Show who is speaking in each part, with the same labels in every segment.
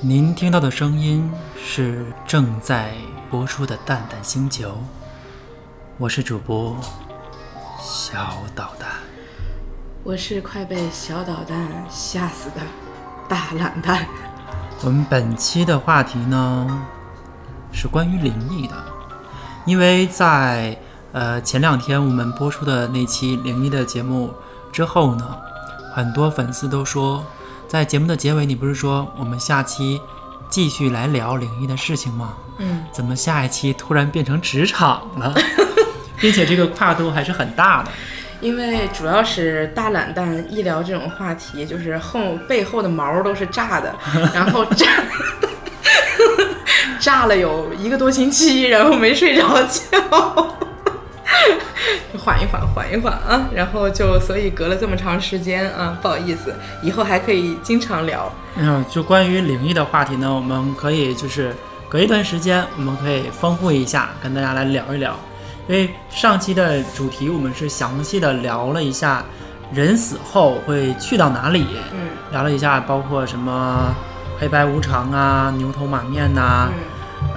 Speaker 1: 您听到的声音是正在播出的《淡淡星球》，我是主播小捣蛋。
Speaker 2: 我是快被小导弹吓死的大懒蛋。
Speaker 1: 我们本期的话题呢是关于灵异的，因为在呃前两天我们播出的那期灵异的节目之后呢，很多粉丝都说，在节目的结尾你不是说我们下期继续来聊灵异的事情吗？
Speaker 2: 嗯，
Speaker 1: 怎么下一期突然变成职场了， 并且这个跨度还是很大的。
Speaker 2: 因为主要是大懒蛋一聊这种话题，就是后背后的毛都是炸 的，然后炸炸了有一个多星期，然后没睡着觉。 缓一缓，缓一缓啊，然后就所以隔了这么长时间啊，不好意思，以后还可以经常聊。
Speaker 1: 嗯，就关于灵异的话题呢，我们可以就是隔一段时间，我们可以丰富一下，跟大家来聊一聊。因为上期的主题我们是详细的聊了一下人死后会去到哪里，
Speaker 2: 嗯
Speaker 1: 聊了一下包括什么黑白无常啊、牛头马面呐、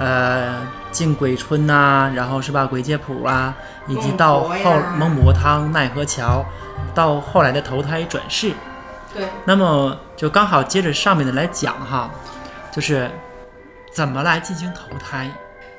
Speaker 2: 嗯，
Speaker 1: 呃，进鬼村呐、然后是吧，鬼街谱啊，以及
Speaker 2: 孟
Speaker 1: 到
Speaker 2: 婆
Speaker 1: 后
Speaker 2: 呀
Speaker 1: 孟婆汤、奈何桥，到后来的投胎转世，
Speaker 2: 对，
Speaker 1: 那么就刚好接着上面的来讲哈，就是怎么来进行投胎。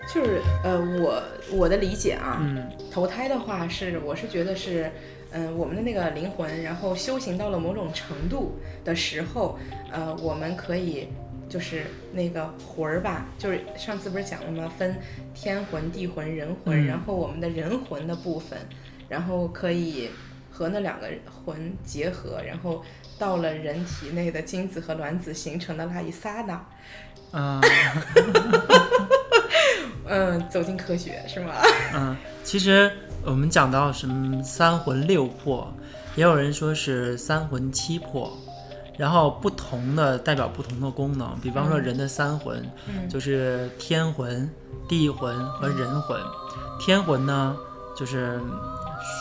Speaker 2: 就是呃，我我的理解啊，
Speaker 1: 嗯
Speaker 2: 投胎的话是，我是觉得是，嗯、我们的那个灵魂，然后修行到了某种程度的时候，呃，我们可以就是那个魂儿吧，就是上次不是讲了吗？分天魂、地魂、人
Speaker 1: 嗯
Speaker 2: 魂，然后我们的人魂的部分，然后可以和那两个魂结合，然后到了人体内的精子和卵子形成的那一刹那，
Speaker 1: 啊
Speaker 2: 嗯，走进科学是吗？
Speaker 1: 嗯，其实我们讲到什么三魂六魄，也有人说是三魂七魄，然后不同的代表不同的功能，比方说人的三魂。
Speaker 2: 嗯
Speaker 1: 就是天魂、地魂和人魂。天魂呢，就是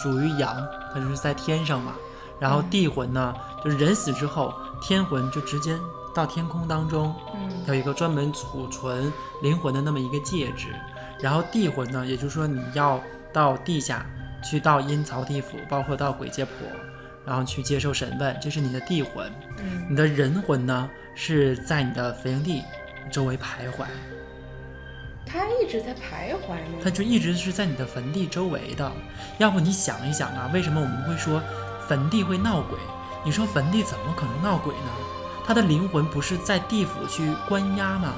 Speaker 1: 属于阳，它就是在天上
Speaker 2: 嗯
Speaker 1: 嘛。然后地魂呢，就是人死之后，天魂就直接到天空当中，
Speaker 2: 嗯
Speaker 1: 有一个专门储存灵魂的那么一个介质。然后地魂呢，也就是说你要到地下去到阴曹地府，包括到鬼界谱，然后去接受审问，这是你的地魂。
Speaker 2: 嗯，
Speaker 1: 你的人魂呢是在你的肥营地周围徘徊，
Speaker 2: 他一直在徘徊吗？
Speaker 1: 它就一直是在你的坟地周围的。要不你想一想啊，为什么我们会说坟地会闹鬼？你说坟地怎么可能闹鬼呢？他的灵魂不是在地府去关押吗？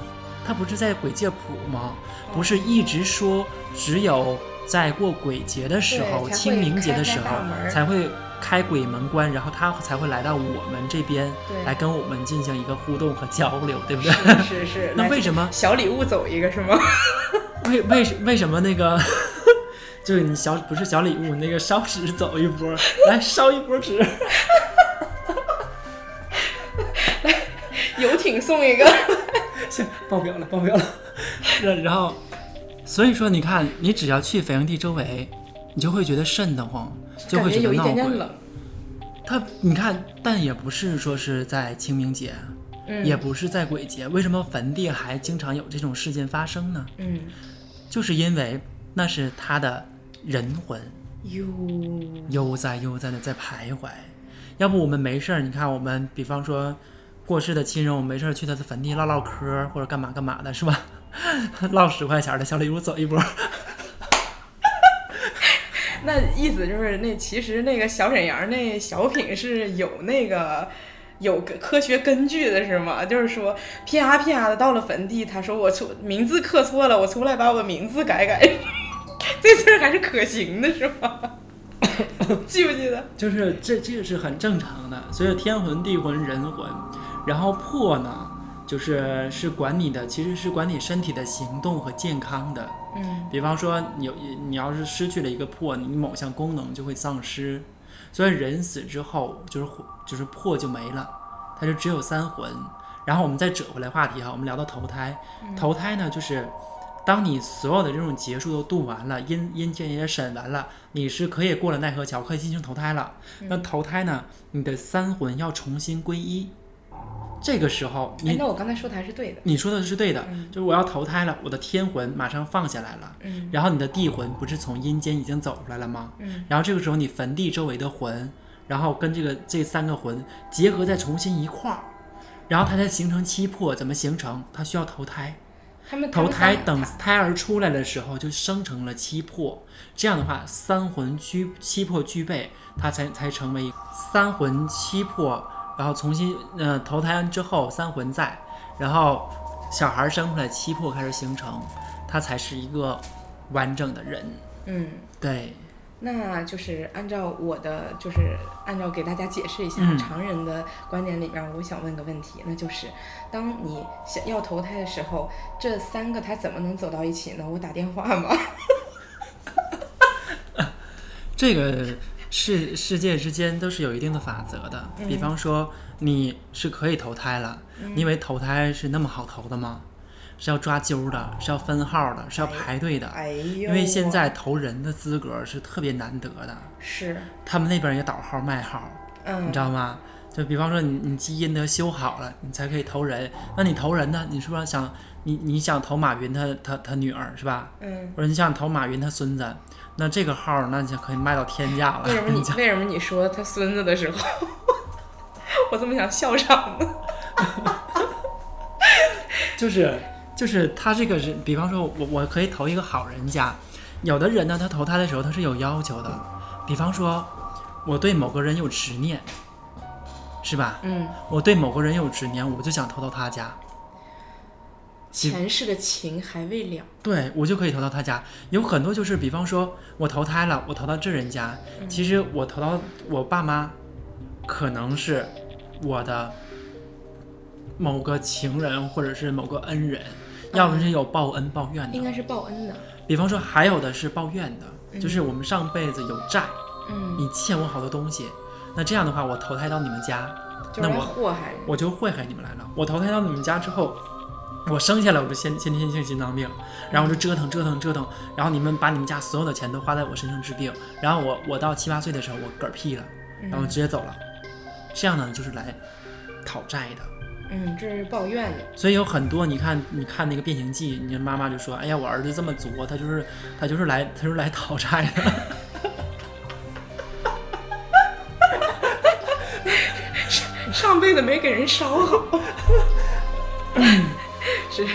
Speaker 1: 他不是在鬼界谱吗？不是一直说只有在过鬼节的时候，
Speaker 2: 对才会
Speaker 1: 清明节的时
Speaker 2: 开开大
Speaker 1: 候
Speaker 2: 门
Speaker 1: 才会开鬼门关，然后他才会来到我们这边
Speaker 2: 对
Speaker 1: 来跟我们进行一个互动和交流，对不对？，
Speaker 2: 嗯是是是
Speaker 1: 那
Speaker 2: 来
Speaker 1: 为什么
Speaker 2: 小礼物走一个是吗？
Speaker 1: 为为什为什么那个，就是你小不是小礼物，那个烧纸走一波，来烧一波纸，
Speaker 2: 游艇送 一个，
Speaker 1: 行，爆表了，爆表了。 然然后，所以说你看，你只要去肥羊地周围，你就会觉得瘆得慌，就
Speaker 2: 感
Speaker 1: 会
Speaker 2: 觉
Speaker 1: 觉
Speaker 2: 有
Speaker 1: 得
Speaker 2: 一
Speaker 1: 闹
Speaker 2: 点
Speaker 1: 鬼。
Speaker 2: 点冷。
Speaker 1: 它你看，但也不是说是在清明节，
Speaker 2: 嗯，
Speaker 1: 也不是在鬼节，为什么坟地还经常有这种事件发生呢？
Speaker 2: 嗯，
Speaker 1: 就是因为那是他的人魂。
Speaker 2: 哟，
Speaker 1: 悠哉悠哉的在徘徊。要不我们没事儿，你看我们比方说过世的亲人，我们没事儿去他的坟地唠唠嗑儿，或者干嘛干嘛的，是吧？ 唠十块钱儿的小 礼物走一波。
Speaker 2: 那意思就是那其实那个小沈阳那小品是有那个。有个科学根据的是吗？就是说，啪啪的到了坟地，他说我错名字刻错了，我出来把我的名字改改， 这事儿还是可行的，是吗？ 记不记得？
Speaker 1: 就是这这个是很正常的，所以天魂、地魂、人魂，然后魄呢，就是是管你的，其实是管你身体的行动和健康的。
Speaker 2: 嗯，
Speaker 1: 比方说你有你要是失去了一个魄，你某项功能就会丧失。所以人死之后，就是魂就是魄就没了，它就只有三魂。然后我们再折回来话题哈，我们聊到投胎，投胎呢就是。当你所有的这种结束都度完了，阴阴间也审完了，你是可以过了奈何桥，可以进行投胎了。那投胎呢，你的三魂要重新归一，这个时候
Speaker 2: 哎，
Speaker 1: 你
Speaker 2: 那我刚才说的还是对的。
Speaker 1: 你说的是对的，
Speaker 2: 嗯
Speaker 1: 就是我要投胎了，我的天魂马上放下来了，
Speaker 2: 嗯
Speaker 1: 然后你的地魂不是从阴间已经走出来了吗？
Speaker 2: 嗯，
Speaker 1: 然后这个时候你坟地周围的魂，然后跟这个这三个魂结合再重新一块儿，然后它才形成七魄。怎么形成？它需要投胎，
Speaker 2: 他们
Speaker 1: 投胎
Speaker 2: 他们
Speaker 1: 等胎儿出来的时候就生成了七魄。这样的话，三魂具七魄具备，它才才成为三魂七魄。然后重新嗯、呃投胎完之后，三魂在，然后小孩生出来七魄开始形成，他才是一个完整的人。
Speaker 2: 嗯，
Speaker 1: 对，
Speaker 2: 那就是按照我的，就是按照给大家解释一下、
Speaker 1: 嗯
Speaker 2: 常人的观点里边，我想问个问题，那就是当你想要投胎的时候，这三个他怎么能走到一起呢？我打电话吗？
Speaker 1: 这个世世界之间都是有一定的法则的，
Speaker 2: 嗯
Speaker 1: 比方说你是可以投胎了，你以为投胎是那么好投的吗？是要抓阄的，是要分号的，是要排队的，
Speaker 2: 哎呦，
Speaker 1: 因为现在投人的资格是特别难得的，
Speaker 2: 是，
Speaker 1: 他们那边也倒号卖号，你
Speaker 2: 嗯
Speaker 1: 知道吗？就比方说你你基因得修好了，你才可以投人。那你投人呢？你是不是想你你想投马云他他他女儿是吧？
Speaker 2: 嗯。
Speaker 1: 或者你想投马云他孙子，那这个号儿那就可以卖到天价了。
Speaker 2: 为什么你为什么你说他孙子的时候， 我这么想笑场呢？
Speaker 1: 就是就是他这个人，比方说我我可以投一个好人家，有的人呢，他投胎的时候他是有要求的，比方说我对某个人有执念，是吧？
Speaker 2: 嗯，
Speaker 1: 我对某个人有执念，我就想投到他家，其
Speaker 2: 前世的情还未了。
Speaker 1: 对我就可以投到他家。有很多就是，比方说我投胎了，我投到这人家，
Speaker 2: 嗯
Speaker 1: 其实我投到我爸妈，可能是我的某个情人或者是某个恩人，要不是有报恩报怨的
Speaker 2: 嗯应。该嗯是报恩的。
Speaker 1: 比方说，还有的是抱怨的，就是我们上辈子有债，
Speaker 2: 嗯，
Speaker 1: 你欠我好多东西，那这样的话，我投胎到你们家，
Speaker 2: 就
Speaker 1: 那
Speaker 2: 是来
Speaker 1: 我
Speaker 2: 祸害人。
Speaker 1: 我就祸害你们来了。我投胎到你们家之后，我生下来我就先先天性心脏病，然后我就折腾折腾折腾，然后你们把你们家所有的钱都花在我身上治病，然后我我到七八岁的时候我嗝屁了，然后直接走了，这样呢就是来讨债的。
Speaker 2: 嗯，这是抱怨的。
Speaker 1: 所以有很多，你看，你看那个《变形记》，你妈妈就说：“哎呀，我儿子这么作，他就是他就是来他就是来讨债的。”
Speaker 2: 上辈子没给人烧好。 是是是，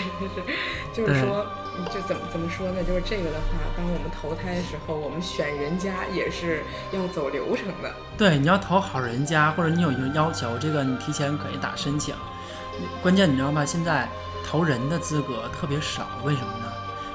Speaker 2: 就是说，就怎么怎么说呢？就是这个的话，当我们投胎的时候，我们选人家也是要走流程的。
Speaker 1: 对，你要投好人家，或者你有一个要求，这个你提前可以打申请。关键你知道吗？现在投人的资格特别少，为什么呢？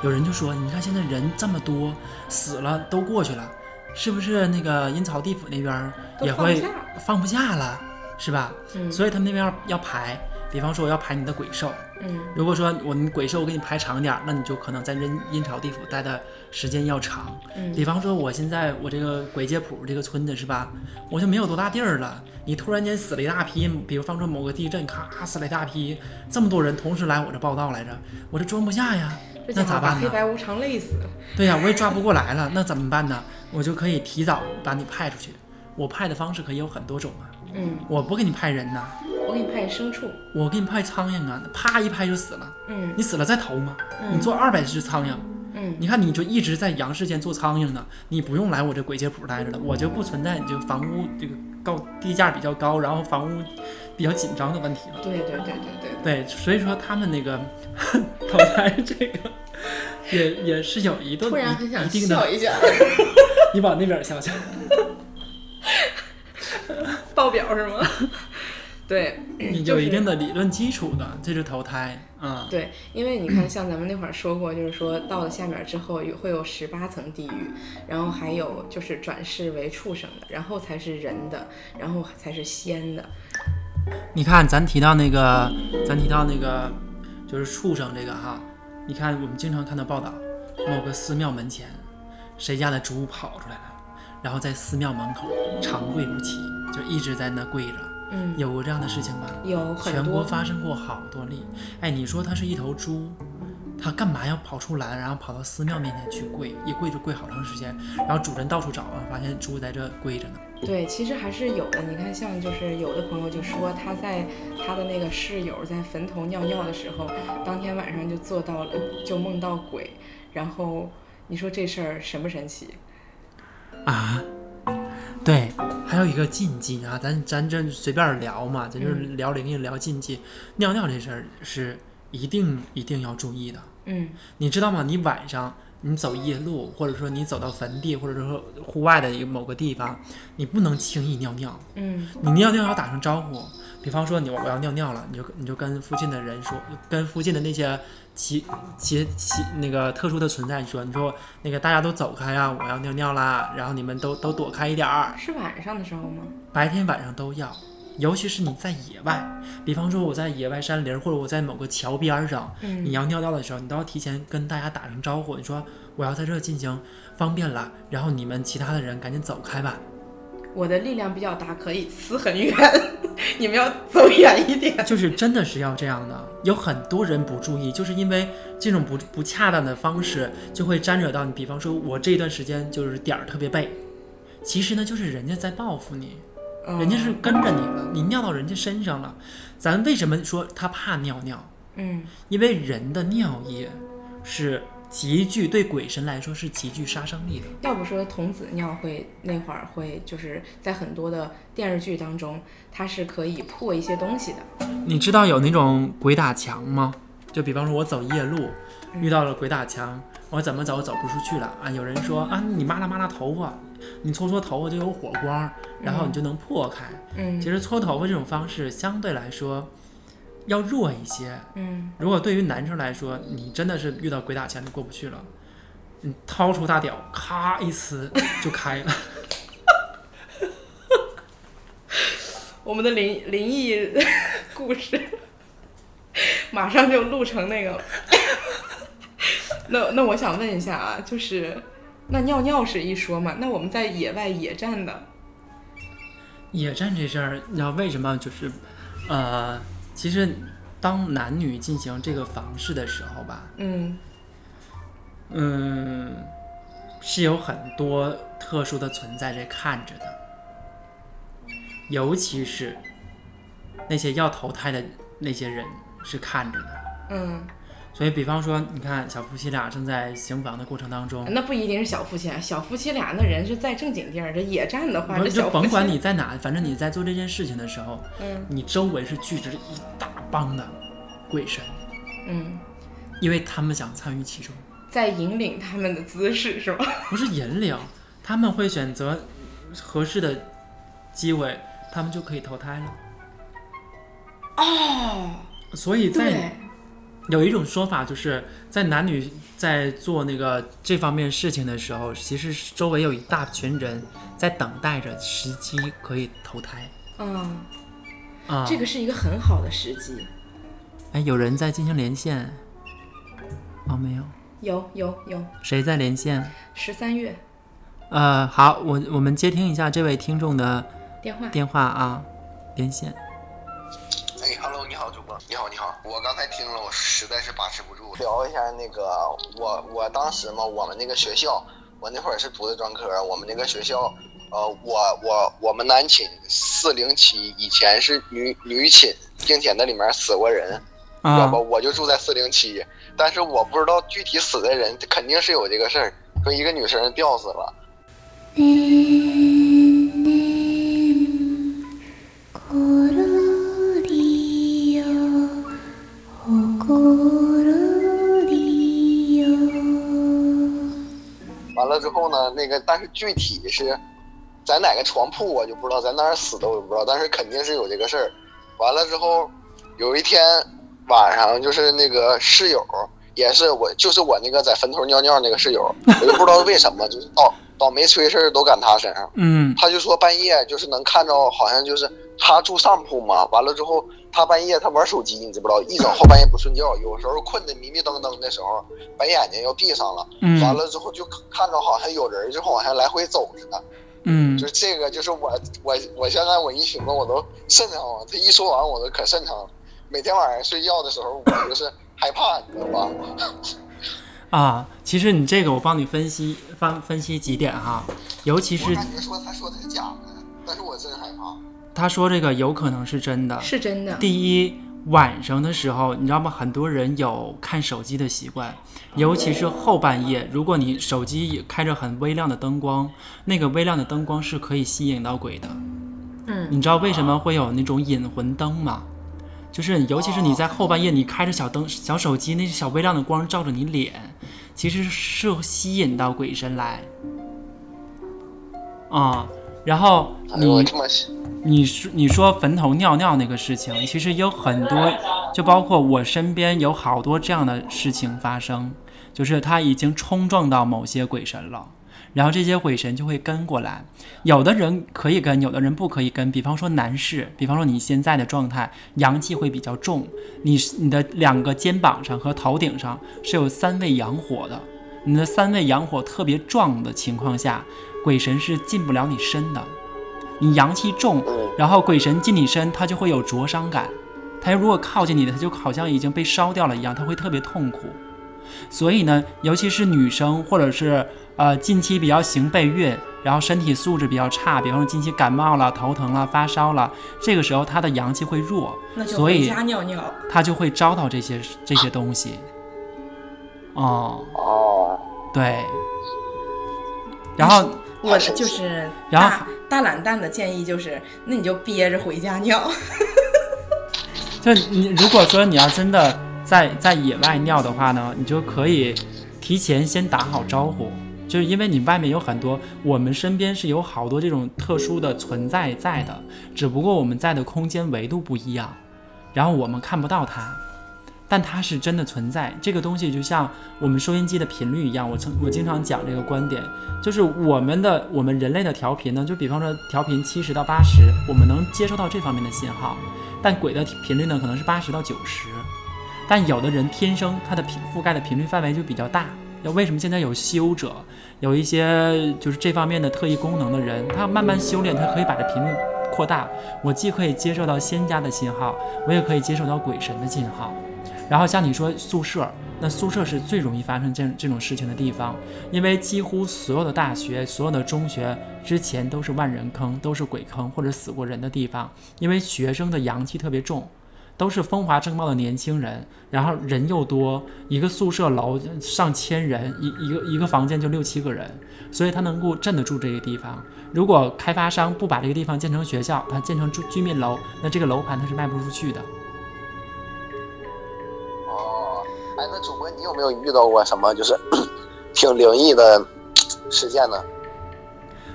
Speaker 1: 有人就说，你看现在人这么多，死了都过去了，是不是那个阴曹地府那边儿
Speaker 2: 都
Speaker 1: 也
Speaker 2: 放不
Speaker 1: 会
Speaker 2: 下
Speaker 1: 放不下了，是吧？
Speaker 2: 嗯
Speaker 1: 所以他们那边要要排，比方说我要排你的鬼兽，
Speaker 2: 嗯
Speaker 1: 如果说我们鬼兽给你排长点儿，那你就可能在阴阴曹地府待的时间要长。
Speaker 2: 嗯
Speaker 1: 比方说，我现在我这个鬼街铺这个村子是吧，我就没有多大地儿了。你突然间死了一大批，比如方说某个地震，咔死了一大批，这么多人同时来我这报道来着，我这装不下呀，
Speaker 2: 这
Speaker 1: 那
Speaker 2: 家
Speaker 1: 咋
Speaker 2: 伙把
Speaker 1: 办
Speaker 2: 黑
Speaker 1: 呢？
Speaker 2: 白无常累死了。
Speaker 1: 对呀、我也抓不过来了，那怎么办呢？我就可以提早把你派出去。我派的方式可以有很多种啊，
Speaker 2: 嗯，
Speaker 1: 我不给你派人呐、
Speaker 2: 我给你派牲畜。
Speaker 1: 我给你派苍蝇啊，啪一拍就死了。
Speaker 2: 嗯
Speaker 1: 你死了再投吗？你做二百只苍蝇，
Speaker 2: 嗯
Speaker 1: 你看，你就一直在阳世间做苍蝇呢，你不用来我这鬼街铺待着了，我就不存在你这个房屋这个高地价比较高，然后房屋比较紧张的问题了。
Speaker 2: 对对对对对。
Speaker 1: 对，所以说他们那个 投胎这 个也也是有一段
Speaker 2: 突然很
Speaker 1: 一
Speaker 2: 想
Speaker 1: 定的，
Speaker 2: 笑一 下，
Speaker 1: 你往那边想想。
Speaker 2: 爆表是吗？对，
Speaker 1: 你
Speaker 2: 嗯就
Speaker 1: 有
Speaker 2: 是
Speaker 1: 一定的理论基础的，这是投胎啊、
Speaker 2: 对，因为你看，像咱们那会儿说过，就是说到了下面之后有会有十八层地狱，然后还有就是转世为畜生的，然后才是人的，然后才是仙的。
Speaker 1: 你看，咱提到那个，咱提到那个，就是畜生这个哈，你看我们经常看到报道，某个寺庙门前，谁家的猪跑出来了，然后在寺庙门口长跪不起，就一直在那跪着，
Speaker 2: 嗯，
Speaker 1: 有过这样的事情吧？
Speaker 2: 有很
Speaker 1: 全国
Speaker 2: 多，
Speaker 1: 发生过好多例。哎，你说它是一头猪，他干嘛要跑出栏，然后跑到寺庙面前去跪，一跪就跪好长时间，然后主人到处找啊，发现猪在这跪着呢。
Speaker 2: 对，其实还是有的。你看，像就是有的朋友就说，他在他的那个室友在坟头尿尿的时候，当天晚上就做到了，就梦到鬼。然后你说这事儿神不神奇？
Speaker 1: 啊，对，还有一个禁忌啊，咱咱这随便聊嘛，咱就是聊灵异聊禁忌，尿尿这事儿是一定一定要注意的。
Speaker 2: 嗯
Speaker 1: 你知道吗？你晚上你走夜路，或者说你走到坟地，或者说户外的一个某个地方，你不能轻易尿尿。
Speaker 2: 嗯
Speaker 1: 你尿尿要打声招呼，比方说你我要尿尿了，你就你就跟附近的人说，跟附近的那些其其其那个特殊的存在说，你说那个大家都走开呀、我要尿尿啦，然后你们都都躲开一点儿。
Speaker 2: 是晚上的时候吗？
Speaker 1: 白天晚上都要，尤其是你在野外，比方说我在野外山林儿，或者我在某个桥边儿上，你
Speaker 2: 嗯
Speaker 1: 要尿尿的时候，你都要提前跟大家打声招呼，你说我要在这儿进行方便了，然后你们其他的人赶紧走开吧。
Speaker 2: 我的力量比较大，可以呲很远， 你们要走远一点。
Speaker 1: 就是真的是要这样的，有很多人不注意，就是因为这种不不恰当的方式，就会沾惹到你。比方说，我这段时间就是点儿特别背，其实呢，就是人家在报复你，
Speaker 2: 嗯
Speaker 1: 人家是跟着你了，你尿到人家身上了。咱为什么说他怕尿尿？
Speaker 2: 嗯
Speaker 1: 因为人的尿液是极具对鬼神来说是极具杀伤力的。
Speaker 2: 要不说童子尿会那会儿会就是在很多的电视剧当中，它是可以破一些东西的。
Speaker 1: 你知道有那种鬼打墙吗？就比方说，我走夜路，
Speaker 2: 嗯
Speaker 1: 遇到了鬼打墙，我怎么走走不出去了啊？有人说啊，你抹拉抹拉头发，你搓搓头发就有火光，然后你就能破开。
Speaker 2: 嗯
Speaker 1: 其实搓头发这种方式相对来说要弱一些。
Speaker 2: 嗯，
Speaker 1: 如果对于男生来说，你真的是遇到鬼打墙你过不去了，你掏出大屌，咔一呲就开了。
Speaker 2: 我们的灵灵异故事 马上就录成那个 了。那那我想问一下啊，就是那尿尿是一说嘛？那我们在野外野战的，
Speaker 1: 野战这事儿，你知道为什么？就是，呃，其实当男女进行这个房事的时候吧，
Speaker 2: 嗯
Speaker 1: 嗯，是有很多特殊的存在在看着的，尤其是那些要投胎的那些人是看着的。
Speaker 2: 嗯，
Speaker 1: 所以，比方说，你看小夫妻俩正在行房的过程当中，
Speaker 2: 那不一定是小夫妻，啊，小夫妻俩那人是在正经地儿，这野战的话，
Speaker 1: 不
Speaker 2: 这
Speaker 1: 是就
Speaker 2: 小夫
Speaker 1: 甭
Speaker 2: 妻
Speaker 1: 管你在哪，反正你在做这件事情的时候，
Speaker 2: 嗯
Speaker 1: 你周围是聚集着一大帮的鬼神。
Speaker 2: 嗯，
Speaker 1: 因为他们想参与其中，
Speaker 2: 在引领他们的姿势是吧？
Speaker 1: 不是引领，他们会选择合适的机会，他们就可以投胎了。
Speaker 2: 哦，
Speaker 1: 所以在
Speaker 2: 对，
Speaker 1: 有一种说法，就是在男女在做那个这方面事情的时候，其实是周围有一大群人在等待着时机可以投胎
Speaker 2: 嗯，
Speaker 1: 啊。
Speaker 2: 这个是一个很好的时机。
Speaker 1: 哎，有人在进行连线，哦，没有，
Speaker 2: 有有有，
Speaker 1: 谁在连线？
Speaker 2: 十三月
Speaker 1: 呃，好，我我们接听一下这位听众的
Speaker 2: 电话。
Speaker 1: 电话啊，连线。
Speaker 3: 哎，Hello，你好，主播，你好，你好，我刚才听了，我实在是把持不住。聊一下那个，我我当时嘛，我们那个学校，我那会儿是读的专科，我们那个学校，呃，我我我们男寝四零七以前是女女寝，并且那里面死过人，知道
Speaker 1: 啊
Speaker 3: 吧？，我就住在四零七，但是我不知道具体死的人，肯定是有这个事儿，说一个女生吊死了。完了之后呢，那个但是具体是在哪个床铺我就不知道，在哪儿死的我也不知道，但是肯定是有这个事儿。完了之后，有一天晚上就是那个室友，也是我，就是我那个在坟头尿尿那个室友，我就不知道为什么，就是倒倒霉催事儿都赶他身上。
Speaker 1: 嗯
Speaker 3: 他就说半夜就是能看着，好像就是他住上铺嘛。完了之后，他半夜他玩手机，你知不知道？一整后半夜不睡觉，有时候困得迷迷瞪瞪的时候，把眼睛要闭上了。
Speaker 1: 嗯
Speaker 3: 完了之后就看着好像有人就往下来回走似的。
Speaker 1: 嗯
Speaker 3: 就这个，就是我我我现在我一询问我都瘆得慌。他一说完我都可瘆疼了。每天晚上睡觉的时候，我就是害怕，你知道吧？
Speaker 1: 啊，其实你这个我帮你分析分分析几点哈，尤其
Speaker 3: 我
Speaker 1: 是
Speaker 3: 感觉说他说的是假的，但是我真害怕。
Speaker 1: 他说这个有可能是真的。
Speaker 2: 是真的。
Speaker 1: 第一，晚上的时候，你知道吗？很多人有看手机的习惯，尤其是后半夜，如果你手机也开着很微亮的灯光，那个微亮的灯光是可以吸引到鬼的。
Speaker 2: 嗯，
Speaker 1: 你知道为什么会有那种引魂灯吗？就是尤其是你在后半夜，你开着小灯、小手机，那小微亮的光照着你脸，其实是吸引到鬼神来。啊、然后
Speaker 3: 哎呦，我
Speaker 1: 你
Speaker 3: 这么
Speaker 1: 你说你说坟头尿尿那个事情，其实有很多，就包括我身边有好多这样的事情发生，就是他已经冲撞到某些鬼神了，然后这些鬼神就会跟过来。有的人可以跟，有的人不可以跟。比方说男士，比方说你现在的状态，阳气会比较重，你你的两个肩膀上和头顶上是有三味阳火的，你的三味阳火特别壮的情况下，鬼神是进不了你身的。你阳气重，
Speaker 3: 嗯
Speaker 1: 然后鬼神进你身，它就会有灼伤感。它如果靠近你的，它就好像已经被烧掉了一样，它会特别痛苦。所以呢，尤其是女生，或者是呃近期比较行备孕，然后身体素质比较差，比方说近期感冒了、头疼了、发烧了，这个时候她的阳气会弱，
Speaker 2: 那就
Speaker 1: 所
Speaker 2: 回
Speaker 1: 以啊
Speaker 2: 家尿尿。
Speaker 1: 她就会招到这些这些东西。哦，
Speaker 3: 哦，
Speaker 1: 对。然后
Speaker 2: 我的就是
Speaker 1: 然后
Speaker 2: 大大懒蛋的建议就是，那你就憋着回家尿。
Speaker 1: 就你如果说你要真的在在野外尿的话呢，你就可以提前先打好招呼，就是因为你外面有很多，我们身边是有好多这种特殊的存在在的，只不过我们在的空间维度不一样，然后我们看不到它。但它是真的存在，这个东西就像我们收音机的频率一样。我曾我经常讲这个观点，就是我们的我们人类的调频呢，就比方说调频七十到八十，我们能接收到这方面的信号。但鬼的频率呢可能是八十到九十，但有的人天生他的频覆盖的频率范围就比较大。要为什么现在有修者，有一些就是这方面的特异功能的人，他慢慢修炼，他可以把这频率扩大。我既可以接受到仙家的信号，我也可以接受到鬼神的信号。然后像你说宿舍，那宿舍是最容易发生这这种事情的地方，因为几乎所有的大学、所有的中学之前都是万人坑，都是鬼坑或者死过人的地方，因为学生的阳气特别重。都是风华正茂的年轻人，然后人又多，一个宿舍楼上千人，一一个一个房间就六七个人，所以他能够镇得住这个地方。如果开发商不把这个地方建成学校，它建成居居民楼，那这个楼盘它是卖不出去的。
Speaker 3: 哦，哎，那主播你有没有遇到过什么就是 挺灵异的事件呢？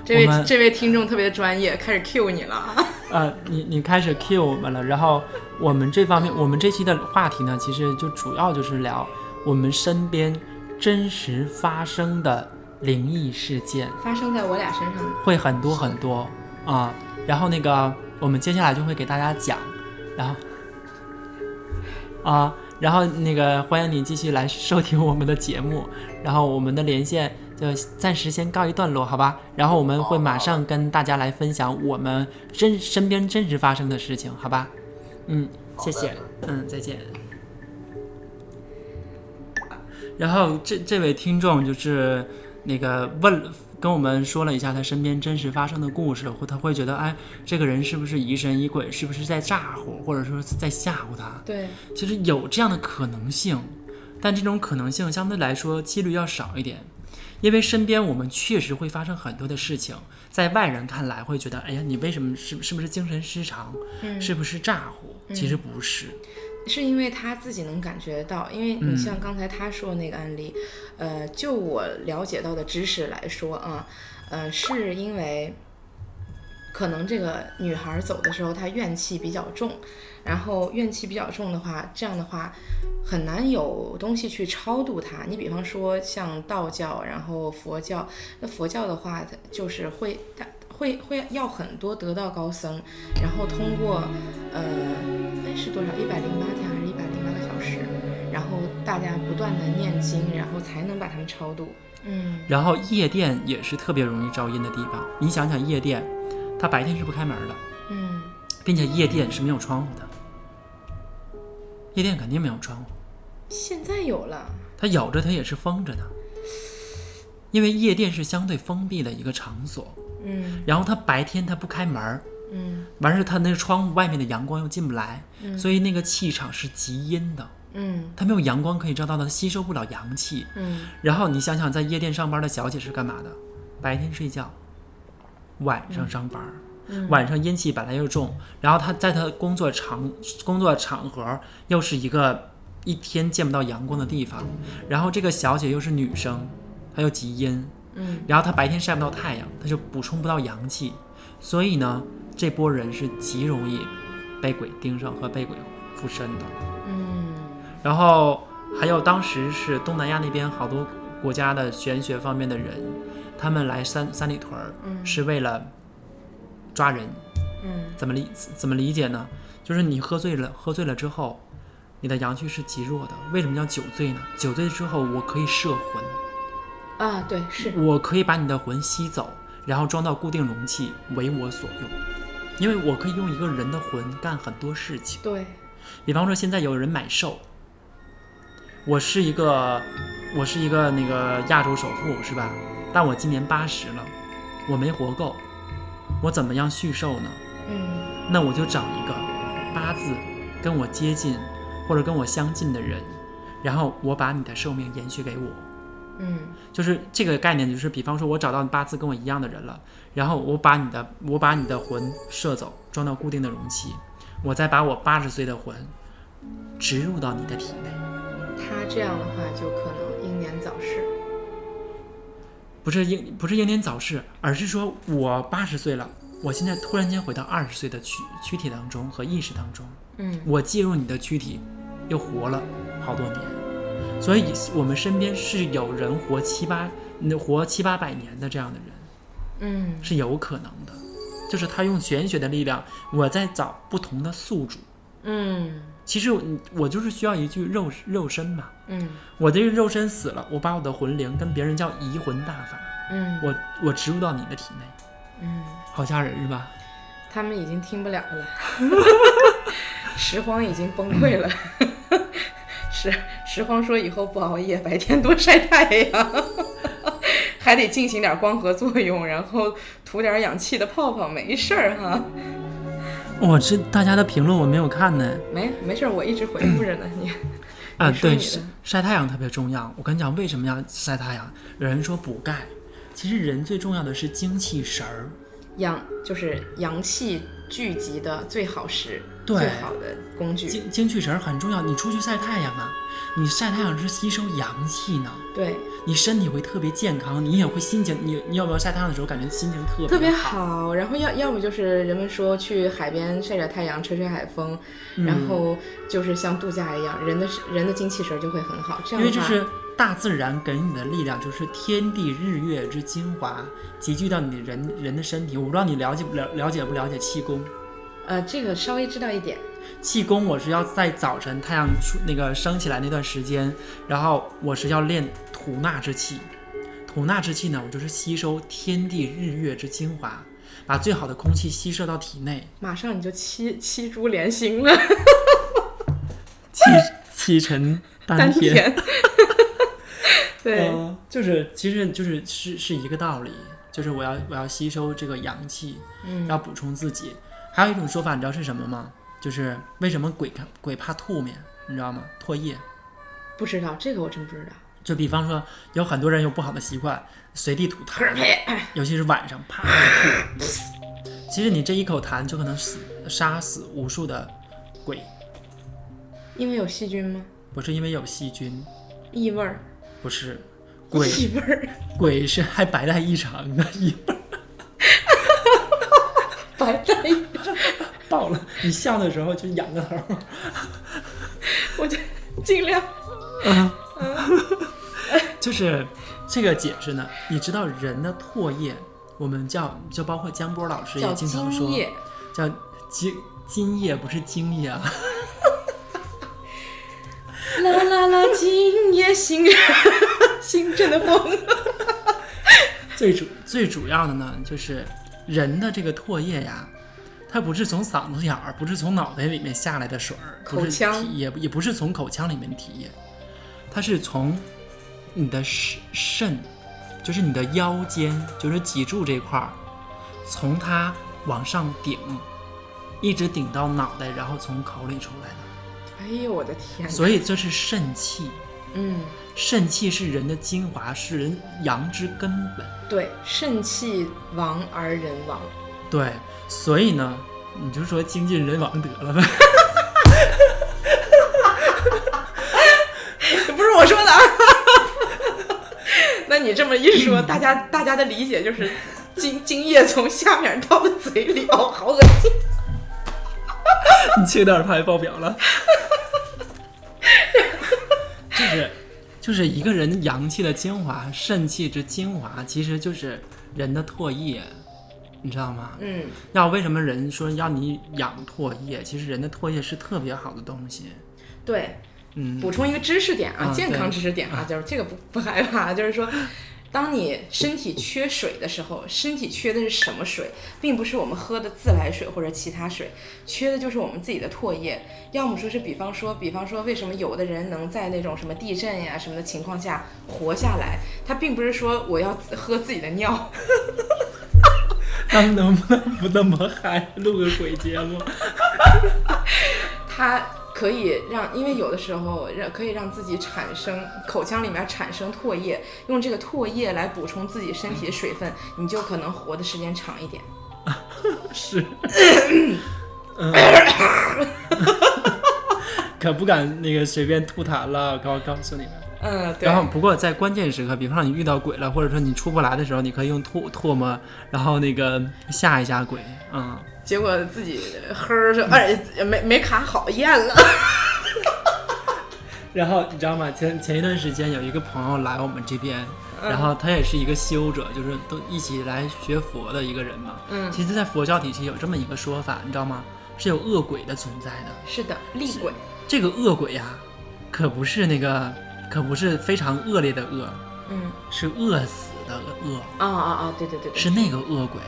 Speaker 2: 这位
Speaker 1: 我们
Speaker 2: 这位听众特别专业，开始 Q 你了。啊
Speaker 1: 呃，你你开始 cue 我们了，然后我们这方面，我们这期的话题呢，其实就主要就是聊我们身边真实发生的灵异事件，
Speaker 2: 发生在我俩身上的，
Speaker 1: 会很多很多啊。然后那个，我们接下来就会给大家讲，然后啊，然后那个欢迎你继续来收听我们的节目，然后我们的连线就暂时先告一段落，好吧？然后我们会马上跟大家来分享我们真身边真实发生的事情，好吧？嗯，谢谢，嗯，再见。然后这这位听众就是那个问跟我们说了一下他身边真实发生的故事，或他会觉得哎，这个人是不是疑神疑鬼，是不是在诈唬，或者说是在吓唬他？
Speaker 2: 对，
Speaker 1: 其实有这样的可能性，但这种可能性相对来说几率要少一点，因为身边我们确实会发生很多的事情，在外人看来会觉得，哎呀，你为什么是是不是精神失常，
Speaker 2: 嗯，
Speaker 1: 是不是诈唬？其实不是，
Speaker 2: 是因为他自己能感觉到，因为你像刚才他说那个案例，呃，就我了解到的知识来说啊，呃，是因为可能这个女孩走的时候她怨气比较重，然后怨气比较重的话，这样的话很难有东西去超度她。你比方说像道教，然后佛教，那佛教的话，它就是会它会会要很多得道高僧，然后通过呃，哎是多少？一百零八天还是一百零八个小时？然后大家不断的念经，然后才能把他们超度。嗯，
Speaker 1: 然后夜店也是特别容易招阴的地方，你想想夜店，它白天是不开门的，
Speaker 2: 嗯，
Speaker 1: 并且夜店是没有窗户的，夜店肯定没有窗户，
Speaker 2: 现在有了，
Speaker 1: 它咬着它也是封着的，因为夜店是相对封闭的一个场所，
Speaker 2: 嗯
Speaker 1: 然后它白天它不开门儿，
Speaker 2: 嗯
Speaker 1: 完事它那个窗户外面的阳光又进不来，
Speaker 2: 嗯
Speaker 1: 所以那个气场是极阴的，
Speaker 2: 嗯
Speaker 1: 它没有阳光可以照到它，它吸收不了阳气。
Speaker 2: 嗯
Speaker 1: 然后你想想，在夜店上班的小姐是干嘛的？白天睡觉，晚上上班。
Speaker 2: 嗯
Speaker 1: 晚上阴气本来又重，然后她在她工作场工作场合又是一个一天见不到阳光的地方，然后这个小姐又是女生，她又极阴，
Speaker 2: 嗯
Speaker 1: 然后她白天晒不到太阳，她就补充不到阳气，所以呢，这波人是极容易被鬼盯上和被鬼附身的。
Speaker 2: 嗯
Speaker 1: 然后还有当时是东南亚那边好多国家的玄学方面的人，他们来三三里屯儿
Speaker 2: 嗯
Speaker 1: 是为了抓人，
Speaker 2: 嗯
Speaker 1: 怎么理怎么理解呢？就是你喝醉了，喝醉了之后，你的阳气是极弱的。为什么叫酒醉呢？酒醉之后，我可以摄魂，
Speaker 2: 啊，对，是
Speaker 1: 我可以把你的魂吸走，然后装到固定容器，为我所用。因为我可以用一个人的魂干很多事情，
Speaker 2: 对，
Speaker 1: 比方说现在有人买寿，我是一个我是一个那个亚洲首富是吧？但我今年八十了，我没活够，我怎么样续寿呢？
Speaker 2: 嗯
Speaker 1: 那我就找一个八字跟我接近或者跟我相近的人，然后我把你的寿命延续给我。
Speaker 2: 嗯
Speaker 1: 就是这个概念，就是比方说，我找到八字跟我一样的人了，然后我把你的我把你的魂摄走，装到固定的容器，我再把我八十岁的魂植入到你的体内。
Speaker 2: 嗯他这样的话就可能英年早逝。
Speaker 1: 不是英不是英年早逝，而是说我八十岁了，我现在突然间回到二十岁的躯躯体当中和意识当中，
Speaker 2: 嗯
Speaker 1: 我进入你的躯体，又活了好多年。所以，我们身边是有人活七八、嗯活七八百年的这样的人。
Speaker 2: 嗯
Speaker 1: 是有可能的，就是他用玄学的力量，我在找不同的宿主。
Speaker 2: 嗯
Speaker 1: 其实我我就是需要一具肉肉身嘛，
Speaker 2: 嗯
Speaker 1: 我这个肉身死了，我把我的魂灵跟别人叫移魂大法，
Speaker 2: 嗯
Speaker 1: 我我植入到你的体内，
Speaker 2: 嗯，
Speaker 1: 好吓人是吧？
Speaker 2: 他们已经听不了了， 拾荒已经崩溃了。 拾拾荒说以后不熬夜，白天多晒太阳， 还得进行点光合作用，然后涂点氧气的泡泡，没事儿哈。
Speaker 1: 我、这大家的评论我没有看呢。
Speaker 2: 没没事儿，我一直回复着呢。你
Speaker 1: 啊，
Speaker 2: 你说
Speaker 1: 对，
Speaker 2: 你
Speaker 1: 晒
Speaker 2: 的
Speaker 1: 晒太阳特别重要。我跟你讲，为什么要晒太阳？有人说补钙，其实人最重要的是精气神儿。
Speaker 2: 阳就是阳气聚集的最好时，
Speaker 1: 对
Speaker 2: 最好的工具。
Speaker 1: 精精气神儿很重要，你出去晒太阳啊，你晒太阳是吸收阳气呢。
Speaker 2: 对，
Speaker 1: 你身体会特别健康，你也会心情，你你有没有晒太阳的时候感觉心情特
Speaker 2: 特别
Speaker 1: 好？
Speaker 2: 好。然后要要么就是人们说去海边晒晒太阳，吹吹海风，
Speaker 1: 嗯
Speaker 2: 然后就是像度假一样，人的人的精气神就会很好。这
Speaker 1: 因
Speaker 2: 样的
Speaker 1: 为
Speaker 2: 话，
Speaker 1: 这是大自然给你的力量，就是天地日月之精华集聚到你人人的身体。我不知道你了解不了了解不了解气功？
Speaker 2: 呃，这个稍微知道一点。
Speaker 1: 气功我是要在早晨太阳出那个升起来那段时间，然后我是要练吐纳之气。吐纳之气呢，我就是吸收天地日月之精华，把最好的空气吸收到体内，
Speaker 2: 马上你就七七珠连心了，
Speaker 1: 气气沉
Speaker 2: 丹田。对，
Speaker 1: 呃就是其实就是是是一个道理，就是我要我要吸收这个阳气，
Speaker 2: 嗯
Speaker 1: 要补充自己。还有一种说法，你知道是什么吗？就是为什么鬼看鬼怕吐面，你知道吗？唾液。
Speaker 2: 不知道这个我真不知道。
Speaker 1: 就比方说，有很多人有不好的习惯，随地吐痰，尤其是晚上，啪一吐。其实你这一口痰就可能死杀死无数的鬼，
Speaker 2: 因为有细菌吗？
Speaker 1: 不是因为有细菌，
Speaker 2: 异味儿，
Speaker 1: 不是鬼
Speaker 2: 异味儿，
Speaker 1: 鬼是还白带异常的，一
Speaker 2: 白带异味儿。
Speaker 1: 爆了，你笑的时候就仰个头。
Speaker 2: 我就尽量。
Speaker 1: 就是这个解释呢，你知道人的唾液，我们叫就包括江波老师
Speaker 2: 叫
Speaker 1: 也经常说
Speaker 2: 精液，
Speaker 1: 叫精精液不是精液啊，
Speaker 2: 啦啦啦，今夜星 星辰的风。
Speaker 1: 最主最主要的呢就是人的这个唾液呀。它不是从嗓子眼儿，不是从脑袋里面下来的水儿，不是
Speaker 2: 口腔
Speaker 1: 体也也不是从口腔里面体液，它是从你的肾肾，就是你的腰间，就是脊柱这块儿，从它往上顶，一直顶到脑袋，然后从口里出来的。
Speaker 2: 哎呦我的天哪！
Speaker 1: 所以这是肾气，
Speaker 2: 嗯，
Speaker 1: 肾气是人的精华，是人阳之根本。
Speaker 2: 对，肾气亡而人亡，
Speaker 1: 对，所以呢，你就说精尽人亡得了呗。
Speaker 2: 不是我说的啊。 那你这么一说，大家大家的理解就是精精液从下面到了嘴里，哦，好恶心。
Speaker 1: 你缺点太爆表了。 就是，就是一个人阳气的精华，肾气之精华，其实就是人的唾液，你知道吗？
Speaker 2: 嗯，
Speaker 1: 要为什么人说要你养唾液？其实人的唾液是特别好的东西。
Speaker 2: 对，
Speaker 1: 嗯，
Speaker 2: 补充一个知识点啊，
Speaker 1: 啊
Speaker 2: 健康
Speaker 1: 对
Speaker 2: 知识点啊，就是这个不不害怕， 就是说，当你身体缺水的时候，身体缺的是什么水，并不是我们喝的自来水或者其他水，缺的就是我们自己的唾液。要么说是，比方说，比方说，为什么有的人能在那种什么地震呀什么的情况下活下来？他并不是说我要自喝自己的尿，
Speaker 1: 咱们能不能不那么嗨，录个鬼节目？
Speaker 2: 它可以让，因为有的时候让可以让自己产生口腔里面产生唾液，用这个唾液来补充自己身体的水分，你就可能活的时间长一点。
Speaker 1: 是， 嗯， 可不敢那个随便吐痰了，我告诉你们。
Speaker 2: 嗯，对
Speaker 1: 然，后，不过在关键时刻，比方说你遇到鬼了，或者说你出不来的时候，你可以用吐唾沫，然后那个吓一吓鬼。嗯，
Speaker 2: 结果自己呵儿着，哎，没没卡好，咽了。
Speaker 1: 然后你知道吗？前前一段时间有一个朋友来我们这边，然后他也是一个修者，就是都一起来学佛的一个人嘛。
Speaker 2: 嗯，
Speaker 1: 其实，在佛教体系有这么一个说法，你知道吗？是有恶鬼的存在的。
Speaker 2: 是的，厉鬼，
Speaker 1: 这个恶鬼呀、可不是那个，可不是非常恶劣的恶，
Speaker 2: 嗯，
Speaker 1: 是饿死的恶。
Speaker 2: 啊啊啊，对对对对，
Speaker 1: 是那个恶鬼，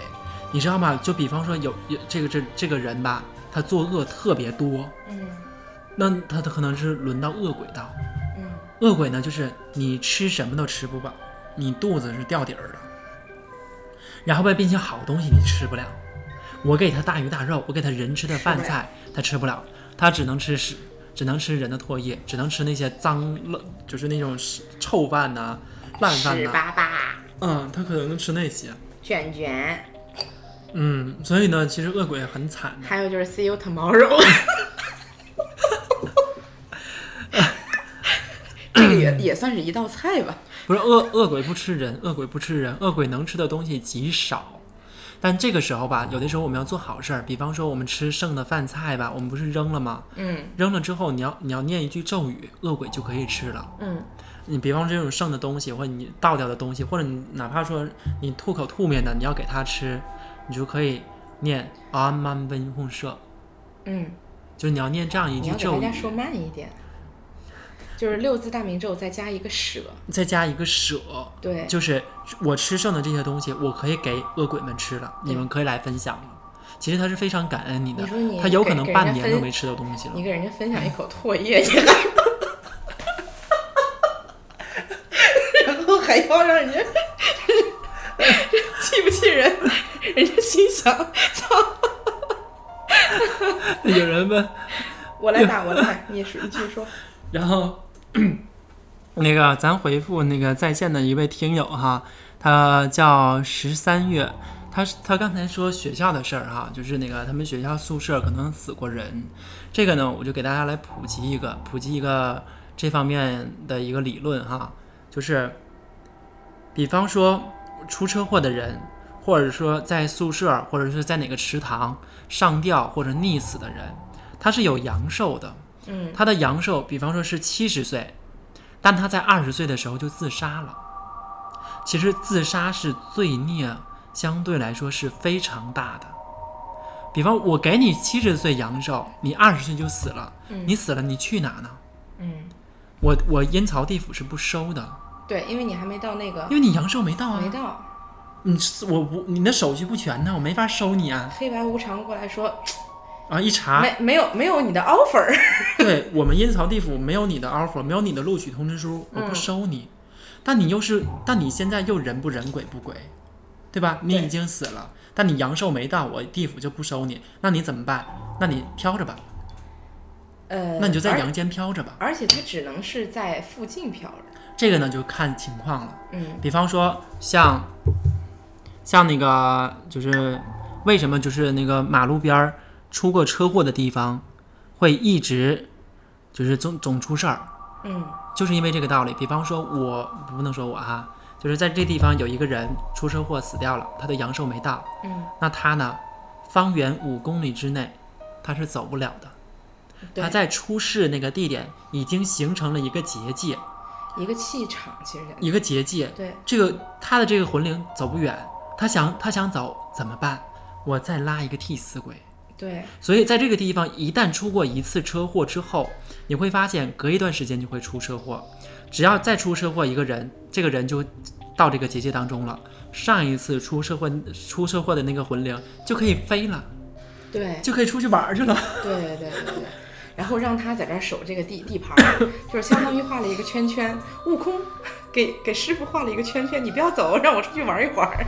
Speaker 1: 你知道吗？就比方说有有这个这这个人吧，他作恶特别多，
Speaker 2: 嗯
Speaker 1: 那他他可能是轮到恶鬼道。
Speaker 2: 嗯，
Speaker 1: 恶鬼呢，就是你吃什么都吃不饱，你肚子是掉底儿的，然后呗，并且好东西你吃不了。我给他大鱼大肉，我给他人吃的饭菜，他吃不了，他只能吃屎，只能吃人的唾液，只能吃那些脏烂，就是那种屎臭饭呐、烂饭
Speaker 2: 屎
Speaker 1: 呐、
Speaker 2: 巴巴，
Speaker 1: 嗯，他可能吃那些。
Speaker 2: 卷卷，
Speaker 1: 嗯，所以呢，其实恶鬼很惨的。
Speaker 2: 还有就是 see you tomorrow，这个也也算是一道菜吧。
Speaker 1: 不是恶恶鬼不吃人，恶鬼不吃人，恶鬼能吃的东西极少。但这个时候吧，有的时候我们要做好事儿，比方说我们吃剩的饭菜吧，我们不是扔了吗？
Speaker 2: 嗯
Speaker 1: 扔了之后，你要你要念一句咒语，恶鬼就可以吃了。
Speaker 2: 嗯
Speaker 1: 你比方说这种剩的东西，或者你倒掉的东西，或者你哪怕说你吐口吐面的，你要给它吃，你就可以念阿曼温哄舍，
Speaker 2: 嗯，
Speaker 1: 就是你要念这样一
Speaker 2: 你
Speaker 1: 句
Speaker 2: 要给大
Speaker 1: 咒语
Speaker 2: 家，说慢一点，就是六字大明咒再加一个舍，
Speaker 1: 再加一个舍，
Speaker 2: 对，
Speaker 1: 就是我吃剩的这些东西，我可以给恶鬼们吃了，
Speaker 2: 对
Speaker 1: 你们可以来分享了。其实他是非常感恩你的，
Speaker 2: 你说你
Speaker 1: 他有可能
Speaker 2: 给
Speaker 1: 半年
Speaker 2: 给人家
Speaker 1: 都
Speaker 2: 分
Speaker 1: 没吃到东西了
Speaker 2: 你。给人家分享一口唾液，你还。 然后还要让人家 气不气人？人家心想：操，
Speaker 1: 有人问，
Speaker 2: 我来打，我来打。你说，你继续说。
Speaker 1: 然后 那个咱回复那个在线的一位听友哈，他叫十三月，他是他刚才说学校的事儿哈，就是那个他们学校宿舍可能死过人，这个呢我就给大家来普及一个普及一个这方面的一个理论哈，就是比方说出车祸的人。或者说在宿舍，或者是在哪个池塘上吊或者溺死的人，他是有阳寿的。
Speaker 2: 嗯
Speaker 1: 他的阳寿，比方说是七十岁，但他在二十岁的时候就自杀了。其实自杀是罪孽，相对来说是非常大的。比方我给你七十岁阳寿，你二十岁就死了，你死了你去哪呢？
Speaker 2: 嗯，
Speaker 1: 我我阴曹地府是不收的，
Speaker 2: 对，因为你还没到那个
Speaker 1: 因，为你阳寿没到啊
Speaker 2: 没，到
Speaker 1: 你我不你的手续不全呢，我没法收你啊。
Speaker 2: 黑白无常过来说，
Speaker 1: 啊，一查，
Speaker 2: 没没有没有你的 offer，
Speaker 1: 对我们阴曹地府没有你的 offer，没有你的录取通知书，我不
Speaker 2: 嗯
Speaker 1: 收你。但你又是，但你现在又人不人鬼不鬼，对吧？你已
Speaker 2: 对
Speaker 1: 经死了，但你阳寿没到，我地府就不收你，那你怎么办？那你飘着吧，
Speaker 2: 呃，
Speaker 1: 那你就在
Speaker 2: 而
Speaker 1: 阳间飘着吧。
Speaker 2: 而且它只能是在附近飘着。
Speaker 1: 这个呢，就看情况了。
Speaker 2: 嗯
Speaker 1: 比方说像像那个就是为什么就是那个马路边儿出过车祸的地方会一直就是总总出事儿，
Speaker 2: 嗯
Speaker 1: 就是因为这个道理。比方说我不能说我哈、就是在这地方有一个人出车祸死掉了，他的阳寿没到，
Speaker 2: 嗯，
Speaker 1: 那他呢，方圆五公里之内他是走不了的。
Speaker 2: 对
Speaker 1: 他，在出事那个地点已经形成了一个结界，
Speaker 2: 一个气场其实讲
Speaker 1: 一个结界，
Speaker 2: 对，
Speaker 1: 这个他的这个魂灵走不远，他想他想走怎么办？我再拉一个替死鬼。
Speaker 2: 对
Speaker 1: 所以在这个地方，一旦出过一次车祸之后，你会发现隔一段时间就会出车祸。只要再出车祸一个人，这个人就到这个结界当中了。上一次出车祸出车祸的那个魂灵就可以飞了，
Speaker 2: 对
Speaker 1: 就可以出去玩儿去了。
Speaker 2: 对对对对。然后让他在这儿守这个地地盘儿，就是相当于画了一个圈圈。悟空给给师傅画了一个圈圈，你不要走，让我出去玩一会儿，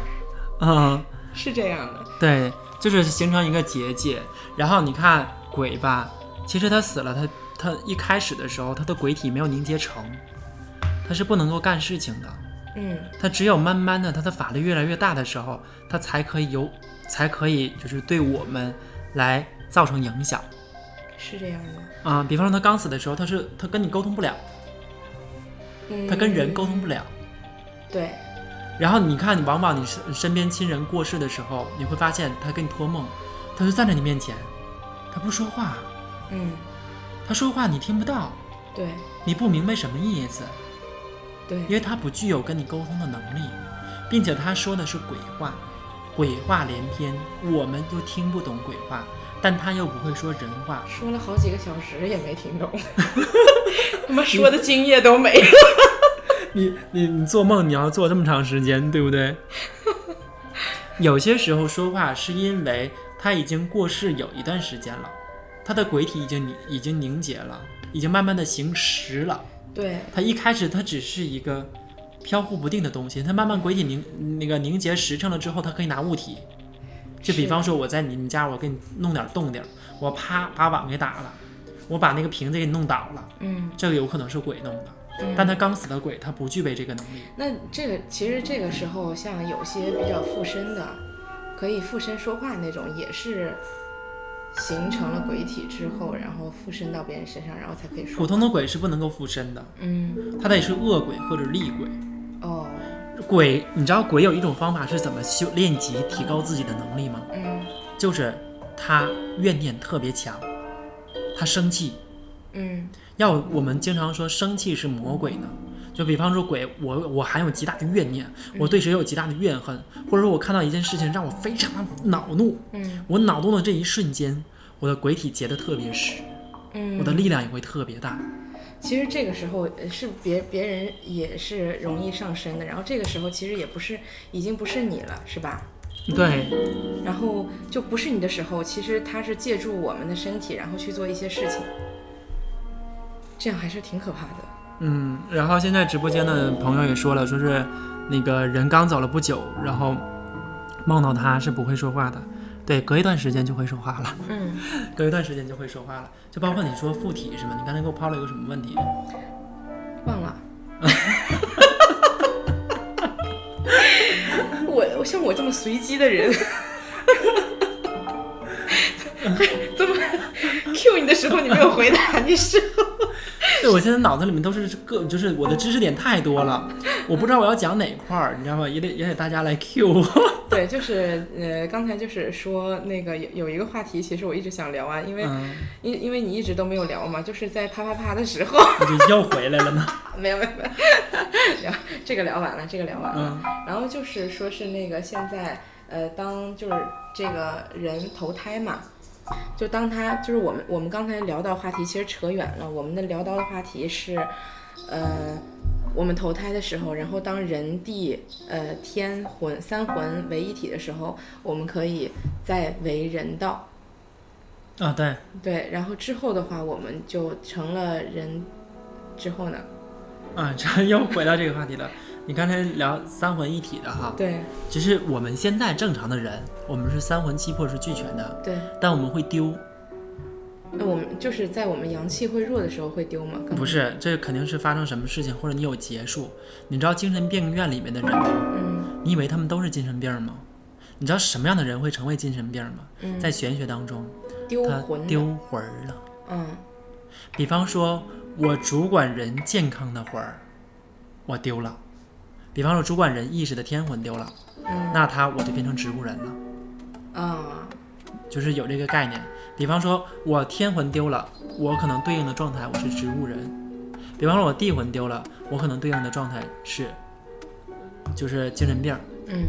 Speaker 1: 嗯，
Speaker 2: 是这样的。
Speaker 1: 对，就是形成一个结界。然后你看鬼吧，其实他死了，他他一开始的时候，他的鬼体没有凝结成，他是不能够干事情的。
Speaker 2: 嗯，
Speaker 1: 他只有慢慢的，他的法力越来越大的时候，他才可以有，才可以就是对我们来造成影响
Speaker 2: 是这样的。
Speaker 1: 啊、比方说他刚死的时候，他是他跟你沟通不了，
Speaker 2: 嗯，
Speaker 1: 他跟人沟通不了。
Speaker 2: 对，
Speaker 1: 然后你看，往往你身身边亲人过世的时候，你会发现他跟你托梦，他就站在你面前，他不说话，
Speaker 2: 嗯，
Speaker 1: 他说话你听不到，
Speaker 2: 对
Speaker 1: 你不明白什么意思，
Speaker 2: 对
Speaker 1: 因为他不具有跟你沟通的能力，并且他说的是鬼话，鬼话连篇，我们又听不懂鬼话，但他又不会说人话。
Speaker 2: 说了好几个小时也没听懂，他妈说的精液都没 了。
Speaker 1: 你你你做梦你要做这么长时间，对不对？ 有些时候说话是因为他已经过世有一段时间了，他的鬼体已经凝已经凝结了，已经慢慢的形实了。
Speaker 2: 对
Speaker 1: 它一开始它只是一个飘忽不定的东西，它慢慢鬼体凝那个凝结实诚了之后，它可以拿物体，就比
Speaker 2: 是
Speaker 1: 方说我在你们家，我给你弄点动静儿，我啪把碗给打了，我把那个瓶子给你弄倒了，
Speaker 2: 嗯，
Speaker 1: 这个有可能是鬼弄的，
Speaker 2: 嗯
Speaker 1: 但他刚死的鬼他不具备这个能力，
Speaker 2: 那这个其实这个时候，像有些比较附身的，可以附身说话那种，也是形成了鬼体之后，然后附身到别人身上，然后才可以
Speaker 1: 普
Speaker 2: 说。
Speaker 1: 通的鬼是不能够附身的，
Speaker 2: 嗯，
Speaker 1: 他得是恶鬼或者厉鬼。
Speaker 2: 哦，
Speaker 1: 鬼，你知道鬼有一种方法是怎么修练级提高自己的能力吗？
Speaker 2: 嗯
Speaker 1: 就是他怨念特别强，他生气，
Speaker 2: 嗯
Speaker 1: 要我们经常说生气是魔鬼呢？就比方说鬼，我我含有极大的怨念，我对谁有极大的怨恨，或者说我看到一件事情让我非常的恼怒，
Speaker 2: 嗯
Speaker 1: 我恼怒的这一瞬间，我的鬼体结得特别实，
Speaker 2: 嗯，
Speaker 1: 我的力量也会特别大。
Speaker 2: 其实这个时候呃是别别人也是容易上身的，然后这个时候其实也不是已经不是你了，是吧？
Speaker 1: 对
Speaker 2: 然后就不是你的时候，其实他是借助我们的身体，然后去做一些事情，这样还是挺可怕的。
Speaker 1: 嗯，然后现在直播间的朋友也说了，说是那个人刚走了不久，然后梦到他是不会说话的，对，隔一段时间就会说话了，
Speaker 2: 嗯，
Speaker 1: 隔一段时间就会说话了，就包括你说附体是吗？你刚才给我抛了一个什么问题？
Speaker 2: 忘了。 我我像我这么随机的人， 这么 Q 你的时候你没有回答，你是
Speaker 1: 对，我现在脑子里面都是各，就是我的知识点太多了，我不知道我要讲哪块儿，你知道吗？也得也得大家来 Q 我。
Speaker 2: 对，就是呃，刚才就是说那个有有一个话题，其实我一直想聊啊，因为、
Speaker 1: 嗯，
Speaker 2: 因因为你一直都没有聊嘛，就是在啪啪啪的时候，
Speaker 1: 你就又回来了呢。
Speaker 2: 没有没有没有， 聊这个聊完了，这个聊完了，
Speaker 1: 嗯
Speaker 2: 然后就是说是那个现在呃，当就是这个人投胎嘛，就当他就是我们我们刚才聊到话题，其实扯远了，我们的聊到的话题是，呃。我们投胎的时候，然后当人地呃天魂三魂为一体的时候，我们可以再为人道，
Speaker 1: 啊，对，
Speaker 2: 对，然后之后的话，我们就成了人之后呢，
Speaker 1: 啊，这又回到这个话题了。你刚才聊三魂一体的哈，
Speaker 2: 对
Speaker 1: 就是我们现在正常的人，我们是三魂七魄是俱全的，
Speaker 2: 对，
Speaker 1: 但我们会丢，
Speaker 2: 那我们就是在我们阳气会弱的时候会丢吗？刚才
Speaker 1: 不，是，这肯定是发生什么事情或者你有结束。你知道精神病院里面的人，
Speaker 2: 嗯
Speaker 1: 你以为他们都是精神病吗？你知道什么样的人会成为精神病吗？
Speaker 2: 嗯，
Speaker 1: 在玄学当中，
Speaker 2: 丢
Speaker 1: 他
Speaker 2: 魂呢，
Speaker 1: 丢魂儿了。
Speaker 2: 嗯
Speaker 1: 比方说，我主管人健康的魂儿，我丢了；比方说，主管人意识的天魂丢了，
Speaker 2: 嗯
Speaker 1: 那他我就变成植物人了，
Speaker 2: 啊，
Speaker 1: 就是有这个概念。比方说，我天魂丢了，我可能对应的状态我是植物人；比方说，我地魂丢了，我可能对应的状态是，就是精神病儿，
Speaker 2: 嗯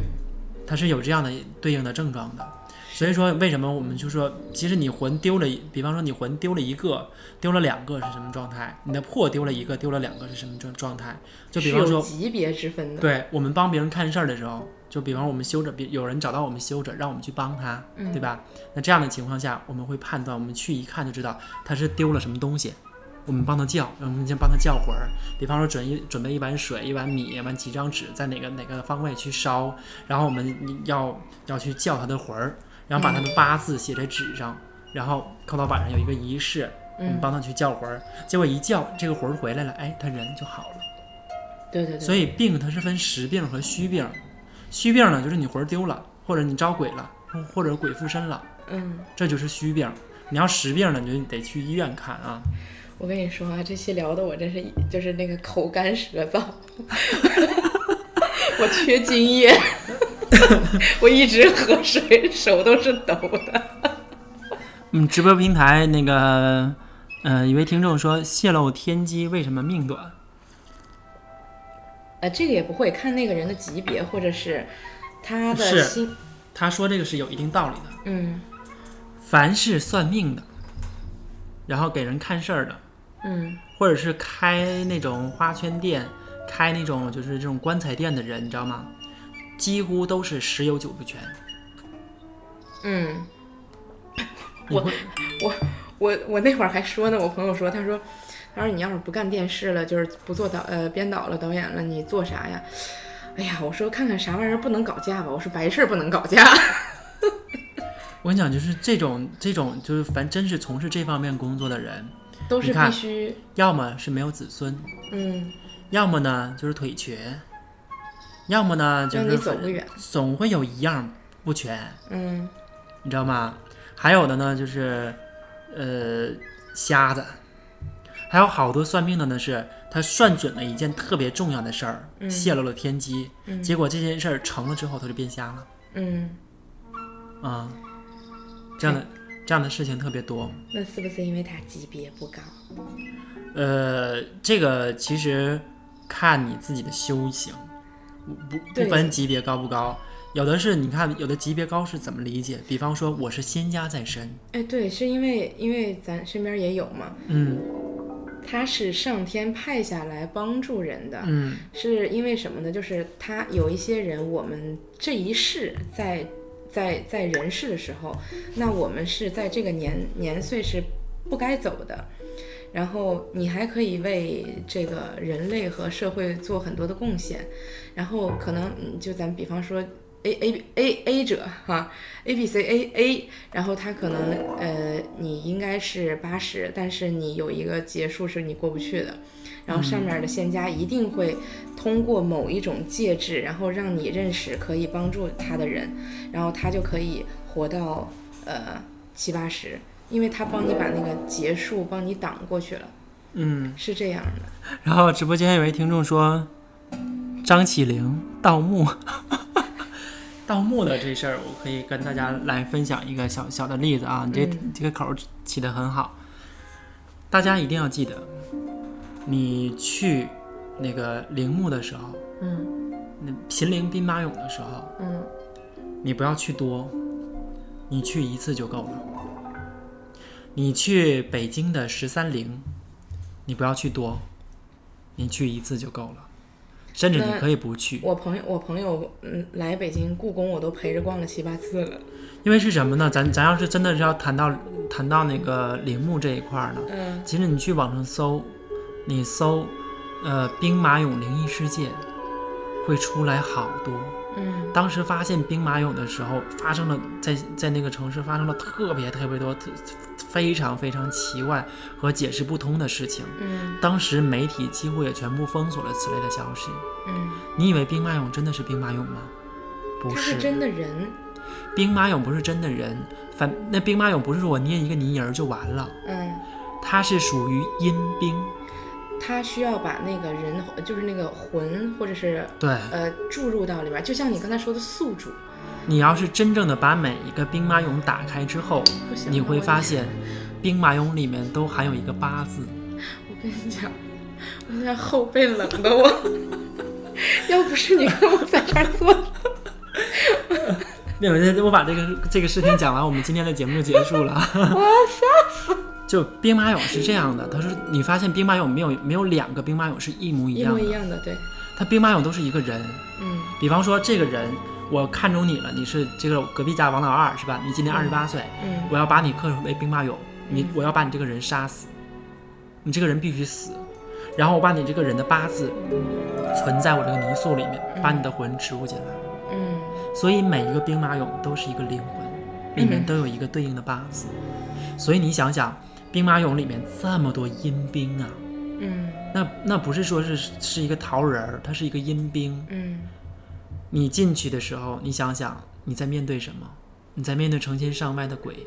Speaker 1: 它是有这样的对应的症状的。所以说，为什么我们就说，其实你魂丢了一，比方说你魂丢了一个，丢了两个是什么状态？你的魄丢了一个，丢了两个是什么状状态？就比
Speaker 2: 是
Speaker 1: 方
Speaker 2: 有
Speaker 1: 说，
Speaker 2: 级别之分的，
Speaker 1: 对我们帮别人看事儿的时候，就比方我们修着，比有人找到我们修着，让我们去帮他，
Speaker 2: 嗯
Speaker 1: 对吧？那这样的情况下，我们会判断，我们去一看就知道他是丢了什么东西。我们帮他叫，我们先帮他叫魂儿。比方说准一准备一碗水、一碗米、一碗几张纸，在哪个哪个方位去烧，然后我们要要去叫他的魂儿，然后把他的八字写在纸上，然后扣到晚上有一个仪式，我们
Speaker 2: 嗯，
Speaker 1: 帮他去叫魂儿。结果一叫，这个魂儿回来了，哎，他人就好了。
Speaker 2: 对对对，
Speaker 1: 所
Speaker 2: 以
Speaker 1: 以病它是分实病和虚病，虚病呢就是你魂儿丢了，或者你招鬼了，或或者鬼附身了，
Speaker 2: 嗯，
Speaker 1: 这就是虚病。你要实病呢，你就得去医院看啊。
Speaker 2: 我跟你说啊，这期聊的我真是就是那个口干舌燥， 我缺津液， 我一直喝水手都是抖的，
Speaker 1: 嗯，直播平台那个，呃，一位听众说泄露天机为什么命短？
Speaker 2: 呃，这个也不会看那个人的级别或者是他的
Speaker 1: 是
Speaker 2: 心，
Speaker 1: 他说这个是有一定道理的，
Speaker 2: 嗯
Speaker 1: 凡是算命的，然后给人看事儿的，
Speaker 2: 嗯
Speaker 1: 或者是开那种花圈店、开那种就是这种棺材店的人，你知道吗？几乎都是十有九不全。
Speaker 2: 嗯。
Speaker 1: 你
Speaker 2: 我
Speaker 1: 会
Speaker 2: 我我那会儿还说呢，我朋友说，他说，他说你要是不干电视了，就是不做导呃编导了、导演了，你做啥呀？哎呀，我说看看啥玩意儿不能搞架吧，我说白事儿不能搞架。
Speaker 1: 我跟你讲，就是这种这种，就是凡真是从事这方面工作的人，
Speaker 2: 都是
Speaker 1: 你看
Speaker 2: 必须，
Speaker 1: 要么是没有子孙，
Speaker 2: 嗯，
Speaker 1: 要么呢就是腿瘸，要么呢就
Speaker 2: 让
Speaker 1: 是
Speaker 2: 你走得远，
Speaker 1: 总会有一样不全，
Speaker 2: 嗯，
Speaker 1: 你知道吗？还有的呢就是，呃，瞎子，还有好多算命的呢是他算准了一件特别重要的事儿，
Speaker 2: 嗯
Speaker 1: 泄露了天机，
Speaker 2: 嗯
Speaker 1: 结果这件事儿成了之后他就变瞎了
Speaker 2: 嗯，
Speaker 1: 啊、这样的这样的事情特别多。
Speaker 2: 那是不是因为他级别不高？
Speaker 1: 呃，这个其实看你自己的修行，不不
Speaker 2: 对
Speaker 1: 不分级别高不高。有的是你看，有的级别高是怎么理解？比方说我是仙家在身，
Speaker 2: 哎，对，是因为因为咱身边也有嘛，
Speaker 1: 嗯
Speaker 2: 他是上天派下来帮助人的，
Speaker 1: 嗯
Speaker 2: 是因为什么呢？就是他有一些人，我们这一世在在在人世的时候，那我们是在这个年年岁是不该走的。然后你还可以为这个人类和社会做很多的贡献，然后可能嗯就咱比方说 A A A A 者哈、a B C A A，然后他可能呃你应该是八十，但是你有一个结束是你过不去的，然后上面的仙家一定会通过某一种介质，然后让你认识可以帮助他的人，然后他就可以活到呃七八十，因为他帮你把那个结束帮你挡过去了，
Speaker 1: 嗯。
Speaker 2: 是这样的。
Speaker 1: 然后直播间有位听众说，张起灵盗墓，盗墓的这事儿，我可以跟大家来分享一个小小的例子啊。你这、
Speaker 2: 嗯
Speaker 1: 这个口儿起得很好，大家一定要记得，你去那个陵墓的时候，
Speaker 2: 嗯
Speaker 1: 那秦陵兵马俑的时候，
Speaker 2: 嗯
Speaker 1: 你不要去多，你去一次就够了。你去北京的十三陵，你不要去多，你去一次就够了。甚至你可以不去，
Speaker 2: 我朋友，我朋友，嗯，来北京故宫，我都陪着逛了七八次了。
Speaker 1: 因为是什么呢？咱咱要是真的是要谈到谈到那个陵墓这一块儿呢，
Speaker 2: 嗯，
Speaker 1: 其实你去网上搜，你搜，呃，兵马俑灵异事件，会出来好多。
Speaker 2: 嗯，
Speaker 1: 当时发现兵马俑的时候，发生了在在那个城市发生了特别特别多、特非常非常奇怪和解释不通的事情。
Speaker 2: 嗯，
Speaker 1: 当时媒体几乎也全部封锁了此类的消息。
Speaker 2: 嗯，
Speaker 1: 你以为兵马俑真的是兵马俑吗？不
Speaker 2: 他是真的人，
Speaker 1: 兵马俑不是真的人，反那兵马俑不是说我捏一个泥人儿就完了，
Speaker 2: 嗯，
Speaker 1: 它是属于阴兵。
Speaker 2: 他需要把那个人，就是那个魂，或者是
Speaker 1: 对，
Speaker 2: 呃，注入到里面，就像你刚才说的宿主，
Speaker 1: 你要是真正的把每一个兵马俑打开之后，
Speaker 2: 不行，
Speaker 1: 你会发
Speaker 2: 我
Speaker 1: 现，兵马俑里面都含有一个八字。
Speaker 2: 我跟你讲，我现在后背冷的我， 要不是你跟我在这儿坐着，
Speaker 1: 那我我把这个这个事情讲完，我们今天的节目就结束了。我吓死！就兵马俑是这样的，他说你发现兵马俑没有没有两个兵马俑是一模一
Speaker 2: 一
Speaker 1: 样
Speaker 2: 模
Speaker 1: 的，
Speaker 2: 一样的，对，
Speaker 1: 他兵马俑都是一个人。
Speaker 2: 嗯
Speaker 1: 比方说这个人，我看中你了，你是这个隔壁家王老二是吧？你今年二十八岁，
Speaker 2: 嗯
Speaker 1: 我要把你刻为兵马俑，你
Speaker 2: 嗯
Speaker 1: 我要把你这个人杀死，你这个人必须死，然后我把你这个人的八字存在我这个泥塑里面，把你的魂植入进来。
Speaker 2: 嗯，
Speaker 1: 所以每一个兵马俑都是一个灵魂，里面
Speaker 2: 嗯
Speaker 1: 都有一个对应的八字。所以你想想，兵马俑里面这么多阴兵啊，
Speaker 2: 嗯
Speaker 1: 那那不是说是是一个桃人儿，它是一个阴兵。
Speaker 2: 嗯
Speaker 1: 你进去的时候，你想想你在面对什么？你在面对成千上万的鬼。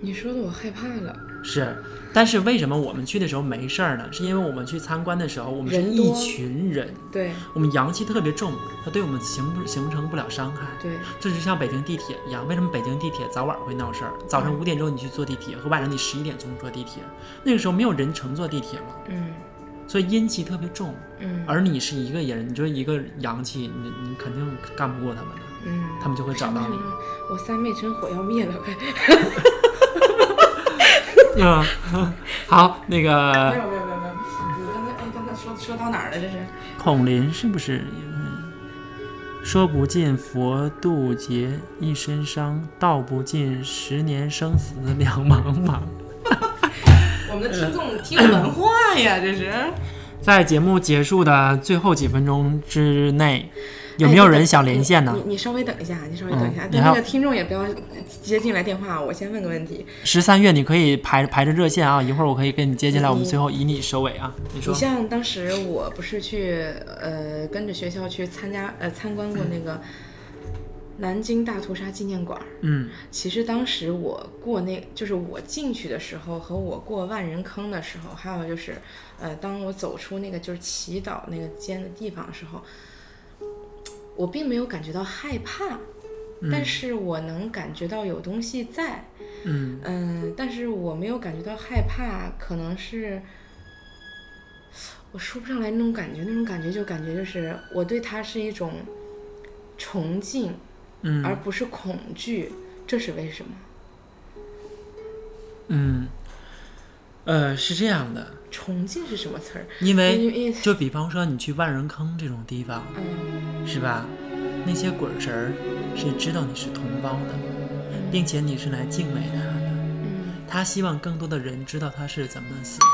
Speaker 2: 你说的我害怕了，
Speaker 1: 是，但是为什么我们去的时候没事儿呢？是因为我们去参观的时候，我们是
Speaker 2: 人
Speaker 1: 一
Speaker 2: 多
Speaker 1: 群人，
Speaker 2: 对
Speaker 1: 我们阳气特别重，它对我们形不形成不了伤害。
Speaker 2: 对，
Speaker 1: 这就像北京地铁一样，为什么北京地铁早晚会闹事儿？早上五点钟你去坐地铁，和晚上你十一点钟坐地铁，那个时候没有人乘坐地铁嘛，
Speaker 2: 嗯
Speaker 1: 所以阴气特别重。
Speaker 2: 嗯
Speaker 1: 而你是一个人，你就是一个阳气，你你肯定干不过他们的，
Speaker 2: 嗯，
Speaker 1: 他们就会找到你。
Speaker 2: 我三昧真火要灭 了，快！
Speaker 1: 嗯， 好，那
Speaker 2: 没
Speaker 1: 个
Speaker 2: 有没有没有没有，你刚才哎刚才说说到哪儿了？这是
Speaker 1: 孔林是不是？嗯说不尽佛渡劫一身伤，道不尽十年生死两茫茫。
Speaker 2: 我们的听众挺有文化呀，这是。
Speaker 1: 在节目结束的最后几分钟之内，有没有人想连线呢
Speaker 2: 哎你？你你稍微等一下，你稍微等一下
Speaker 1: 嗯，
Speaker 2: 但
Speaker 1: 你还
Speaker 2: 那
Speaker 1: 有
Speaker 2: 个听众也不要接进来电话，啊我先问个问题。
Speaker 1: 十三月你可以排排着热线啊，一会儿我可以跟你接进来，
Speaker 2: 你
Speaker 1: 我们最后以你收尾啊。你
Speaker 2: 你
Speaker 1: 说，
Speaker 2: 像当时我不是去呃跟着学校去参加呃参观过那个南京大屠杀纪念馆儿，
Speaker 1: 嗯
Speaker 2: 其实当时我过那，就是我进去的时候和我过万人坑的时候，还有就是，呃，当我走出那个就是祈祷那个间的地方的时候，我并没有感觉到害怕，但是我能感觉到有东西在，
Speaker 1: 嗯
Speaker 2: 嗯、但是我没有感觉到害怕，可能是。我说不上来那种感觉，那种感觉就感觉就是我对它是一种崇敬，而
Speaker 1: 嗯
Speaker 2: 不是恐惧，这是为什么？
Speaker 1: 嗯，呃，是这样的，
Speaker 2: 崇敬是什么词儿？
Speaker 1: 因为
Speaker 2: 因为因为
Speaker 1: 就比方说你去万人坑这种地方，
Speaker 2: 嗯
Speaker 1: 是吧？那些鬼神儿是知道你是同胞的，并且你是来敬畏他的，
Speaker 2: 嗯
Speaker 1: 他希望更多的人知道他是怎么死的。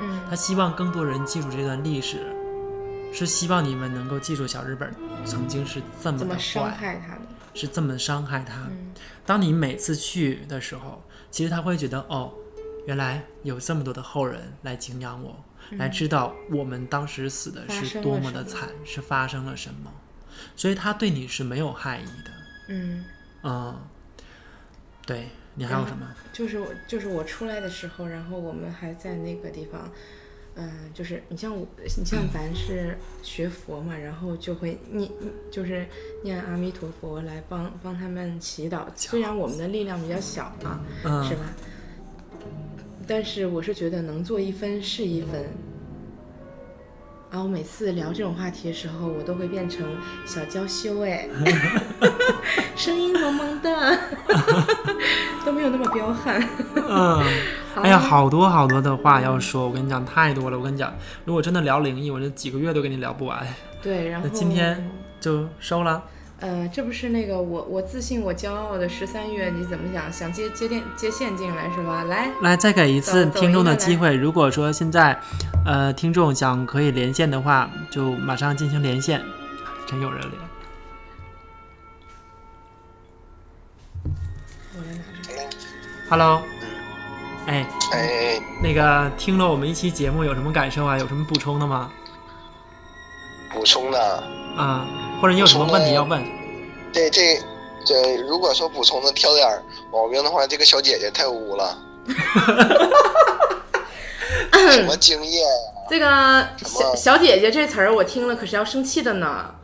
Speaker 2: 嗯
Speaker 1: 他希望更多人记住这段历史，是希望你们能够记住小日本曾经是这么
Speaker 2: 怎
Speaker 1: 的
Speaker 2: 么伤
Speaker 1: 坏，
Speaker 2: 害他们？
Speaker 1: 是这么伤害他。
Speaker 2: 嗯
Speaker 1: 当你每次去的时候，其实他会觉得哦，原来有这么多的后人来敬仰我，来知道我们当时死的
Speaker 2: 嗯发
Speaker 1: 是
Speaker 2: 生
Speaker 1: 多
Speaker 2: 了
Speaker 1: 么
Speaker 2: 什
Speaker 1: 的
Speaker 2: 么
Speaker 1: 惨，是发生了什么，所以他对你是没有害意的。
Speaker 2: 嗯，
Speaker 1: 嗯，对你还有什么？
Speaker 2: 就是我就是我出来的时候，然后我们还在那个地方。嗯，就是你像我，你像咱是学佛嘛，然后就会念，就是念阿弥陀佛来帮帮他们祈祷。虽然我们的力量比较小啊，是
Speaker 1: 嗯
Speaker 2: 吧？但是我是觉得能做一分是一分。啊，我每次聊这种话题的时候，我都会变成小娇羞 哎， 声音萌萌的，都没有那么彪悍。
Speaker 1: 嗯，哎呀，好多好多的话要说，我跟你讲太多了。我跟你讲，如果真的聊灵异，我这几个月都跟你聊不完，
Speaker 2: 对，然后
Speaker 1: 那今天就收了。
Speaker 2: 呃，这不是那个我我自信我骄傲的十三月，你怎么想？想接接电接线进来是吧？来，
Speaker 1: 来，再给一次
Speaker 2: 走走
Speaker 1: 听众的
Speaker 2: 一个来
Speaker 1: 机会。如果说现在，呃，听众想可以连线的话，就马上进行连线。真有人连。
Speaker 2: 我来拿着。
Speaker 1: Hello，哎，
Speaker 3: 哎，
Speaker 1: 那个听了我们一期节目有什么感受啊？有什么补充的吗？
Speaker 3: 补充的，
Speaker 1: 啊，或者你有什么问题要问？
Speaker 3: 这这这，如果说补充的挑点儿毛病的话，这个小姐姐太污了。什么经验？
Speaker 2: 这个
Speaker 3: 什
Speaker 2: 小
Speaker 3: 么
Speaker 2: 小姐姐这词儿我听了可是要生气的呢。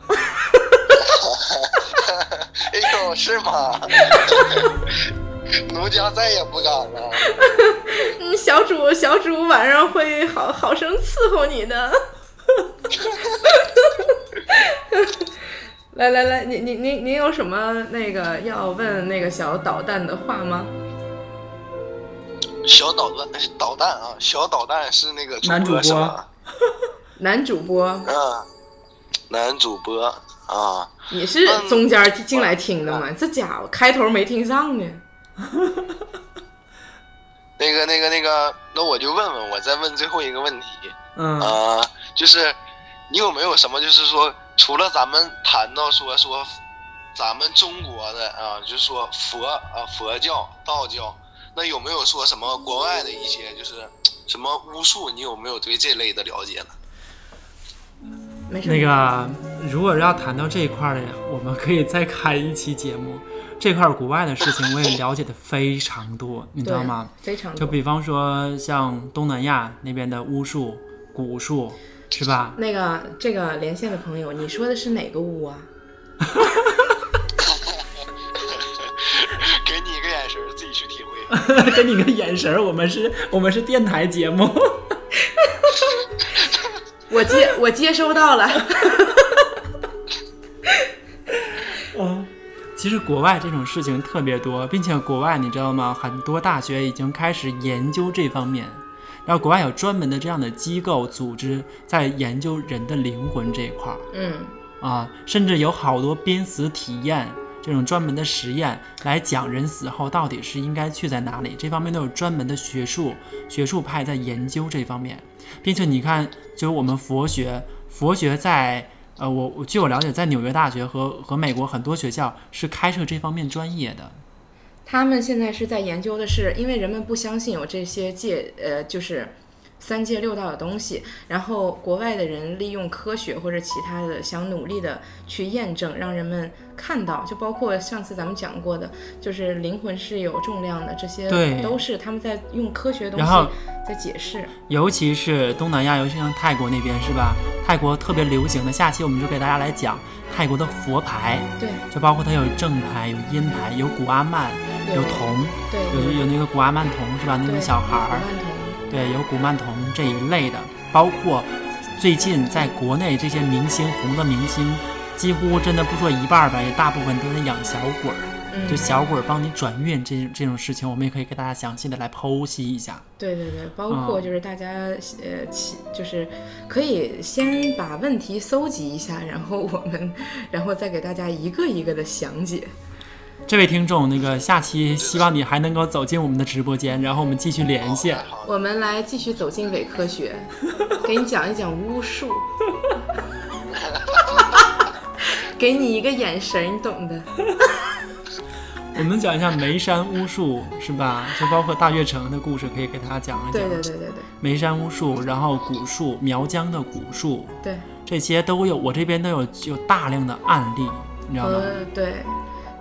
Speaker 3: 哎呦，是吗？ 奴家再也不敢了。
Speaker 2: 嗯，小主小主晚上会好好生伺候你的。 来来来，您您您您有什么那个要问那个小导弹的话吗？
Speaker 3: 小导弹，导弹啊，小导弹是那个
Speaker 1: 男主播
Speaker 3: 是吧？
Speaker 2: 男主播，
Speaker 3: 嗯，男主播啊，
Speaker 2: 你是
Speaker 3: 嗯
Speaker 2: 中间儿进来听的吗？这家伙开头没听上呢。
Speaker 3: 那个那个那个，那我就问问，我再问最后一个问题
Speaker 1: 嗯
Speaker 3: 啊、就是你有没有什么，就是说除了咱们谈到说说咱们中国的啊，就是说佛啊佛教、道教，那有没有说什么国外的一些就是什么巫术，你有没有对这类的了解呢？
Speaker 2: 没事，
Speaker 1: 那个，如果要谈到这一块儿的，我们可以再开一期节目。这块儿国外的事情我也了解的非常多，你知
Speaker 2: 对
Speaker 1: 道吗？？
Speaker 2: 非常
Speaker 1: 就
Speaker 2: 多
Speaker 1: 比方说像东南亚那边的巫术、蛊术，是吧？
Speaker 2: 那个这个连线的朋友，你说的是哪个屋啊？
Speaker 3: 给你一个眼神儿，自己去体会。
Speaker 1: 给你个眼神儿，我们是，我们是电台节目。
Speaker 2: 我接我接收到了。
Speaker 1: 嗯，其实国外这种事情特别多，并且国外你知道吗？很多大学已经开始研究这方面，然后国外有专门的这样的机构组织在研究人的灵魂这一块儿。
Speaker 2: 嗯，
Speaker 1: 啊，甚至有好多濒死体验这种专门的实验来讲人死后到底是应该去在哪里，这方面都有专门的学术学术派在研究这方面，并且你看，就是我们佛学，佛学在呃，我我据我了解，在纽约大学和和美国很多学校是开设这方面专业的，
Speaker 2: 他们现在是在研究的是，因为人们不相信有这些界，呃，就是三界六道的东西。然后国外的人利用科学或者其他的，想努力的去验证，让人们看到。就包括上次咱们讲过的，就是灵魂是有重量的，这些
Speaker 1: 对
Speaker 2: 都是他们在用科学的东
Speaker 1: 然后
Speaker 2: 西在解释。
Speaker 1: 尤其是东南亚，尤其像泰国那边是吧？泰国特别流行的，下期我们就给大家来讲泰国的佛牌。
Speaker 2: 对
Speaker 1: 就包括它有正牌、有阴牌、有古阿曼、
Speaker 2: 对
Speaker 1: 有铜，
Speaker 2: 对，
Speaker 1: 有有那个古阿曼铜是吧？那
Speaker 2: 对
Speaker 1: 种小孩
Speaker 2: 古
Speaker 1: 儿，
Speaker 2: 曼童
Speaker 1: 对，有古曼童这一类的，包括最近在国内这些明星红的明星，几乎真的不说一半儿吧，也大部分都在养小鬼儿，
Speaker 2: 嗯，
Speaker 1: 就小鬼儿帮你转运这这种事情，我们也可以给大家详细的来剖析一下。
Speaker 2: 对对对，包括
Speaker 1: 嗯
Speaker 2: 就是大家、呃，起就是可以先把问题搜集一下，然后我们，然后再给大家一个一个的详解。
Speaker 1: 这位听众，那个下期希望你还能够走进我们的直播间，然后我们继续连 线。
Speaker 3: 好
Speaker 2: 我们来继续走进伪科学，给你讲一讲巫术，给你一个眼神，你懂的。
Speaker 1: 我们讲一下眉山巫术是吧？就包括大悦城的故事，可以给大家讲一讲。
Speaker 2: 对对对对对
Speaker 1: 眉山巫术，然后古术、苗疆的古术，
Speaker 2: 对，
Speaker 1: 这些都有，我这边都有有大量的案例，你知道吗？
Speaker 2: 呃对，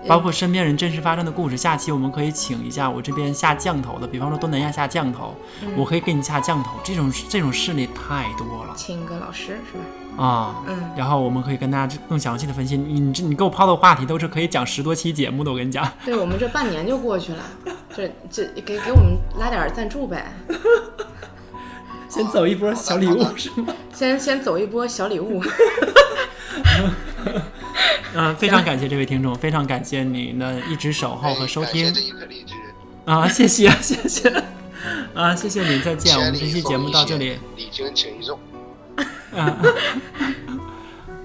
Speaker 1: 包括身边人真实发生的故事。下期我们可以请一下我这边下降头的，比方说东南亚下降头，我可以给你下降头，这种这种事例太多了
Speaker 2: 请个老师是吧？
Speaker 1: 啊。
Speaker 2: 嗯，
Speaker 1: 然后我们可以跟大家更详细的分析。你你这你给我抛的话题都是可以讲十多期节目的，我跟你讲。
Speaker 2: 对我们这半年就过去了，这这给给我们拉点儿赞助呗。
Speaker 1: 先走一波小礼物是吗？
Speaker 2: 先先走一波小礼物，
Speaker 1: 嗯，非常感谢这位听众，非常感谢你的一直守候和收
Speaker 3: 哎
Speaker 1: 听
Speaker 3: 感谢这一颗荔枝。
Speaker 1: 啊，谢谢谢谢。啊，谢谢你，再见。我
Speaker 3: 千
Speaker 1: 们这
Speaker 3: 里
Speaker 1: 期节目
Speaker 3: 风
Speaker 1: 到
Speaker 3: 一
Speaker 1: 这
Speaker 3: 些
Speaker 1: 里。，
Speaker 3: 礼轻情意重。
Speaker 1: 啊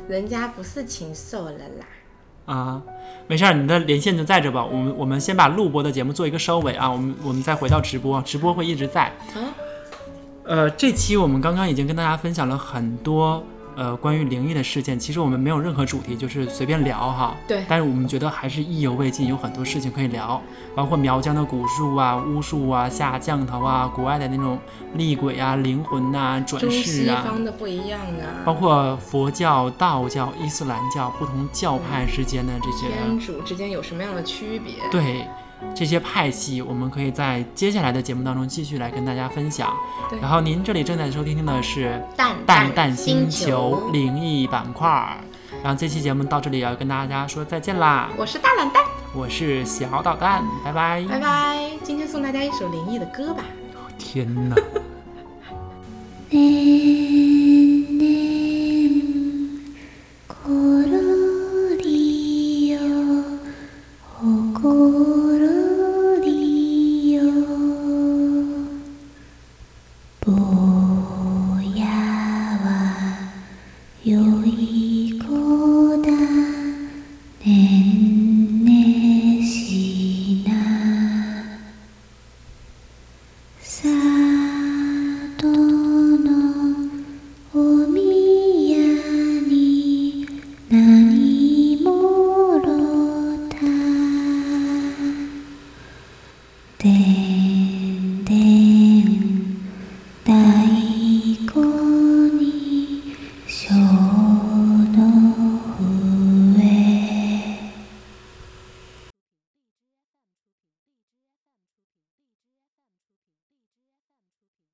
Speaker 2: 人家不是禽兽了啦。
Speaker 1: 啊，没事儿，你的连线就在这吧。我们我们先把录播的节目做一个收尾啊，我们我们再回到直播，直播会一直在。
Speaker 2: 啊
Speaker 1: 呃，这期我们刚刚已经跟大家分享了很多呃关于灵异的事件，其实我们没有任何主题，就是随便聊哈。
Speaker 2: 对
Speaker 1: 但是我们觉得还是意犹未尽，有很多事情可以聊，包括苗疆的古术啊、巫术啊、下降头啊、国外的那种厉鬼啊、灵魂呐、转
Speaker 2: 中西
Speaker 1: 世啊。
Speaker 2: 方的不一样啊，
Speaker 1: 包括佛教、道教、伊斯兰教不同教派之间的这些，
Speaker 2: 天主之间有什么样的区别？
Speaker 1: 啊对这些派系，我们可以在接下来的节目当中继续来跟大家分享
Speaker 2: 对。
Speaker 1: 然后您这里正在收听的是
Speaker 2: 蛋
Speaker 1: 蛋
Speaker 2: 蛋
Speaker 1: 蛋星
Speaker 2: 球
Speaker 1: 球，灵异板块儿。然后这期节目到这里要跟大家说再见啦！
Speaker 2: 我是大懒蛋，
Speaker 1: 我是小导弹，拜拜。
Speaker 2: 拜拜。今天送大家一首灵异的歌吧。
Speaker 1: 天哪！
Speaker 4: There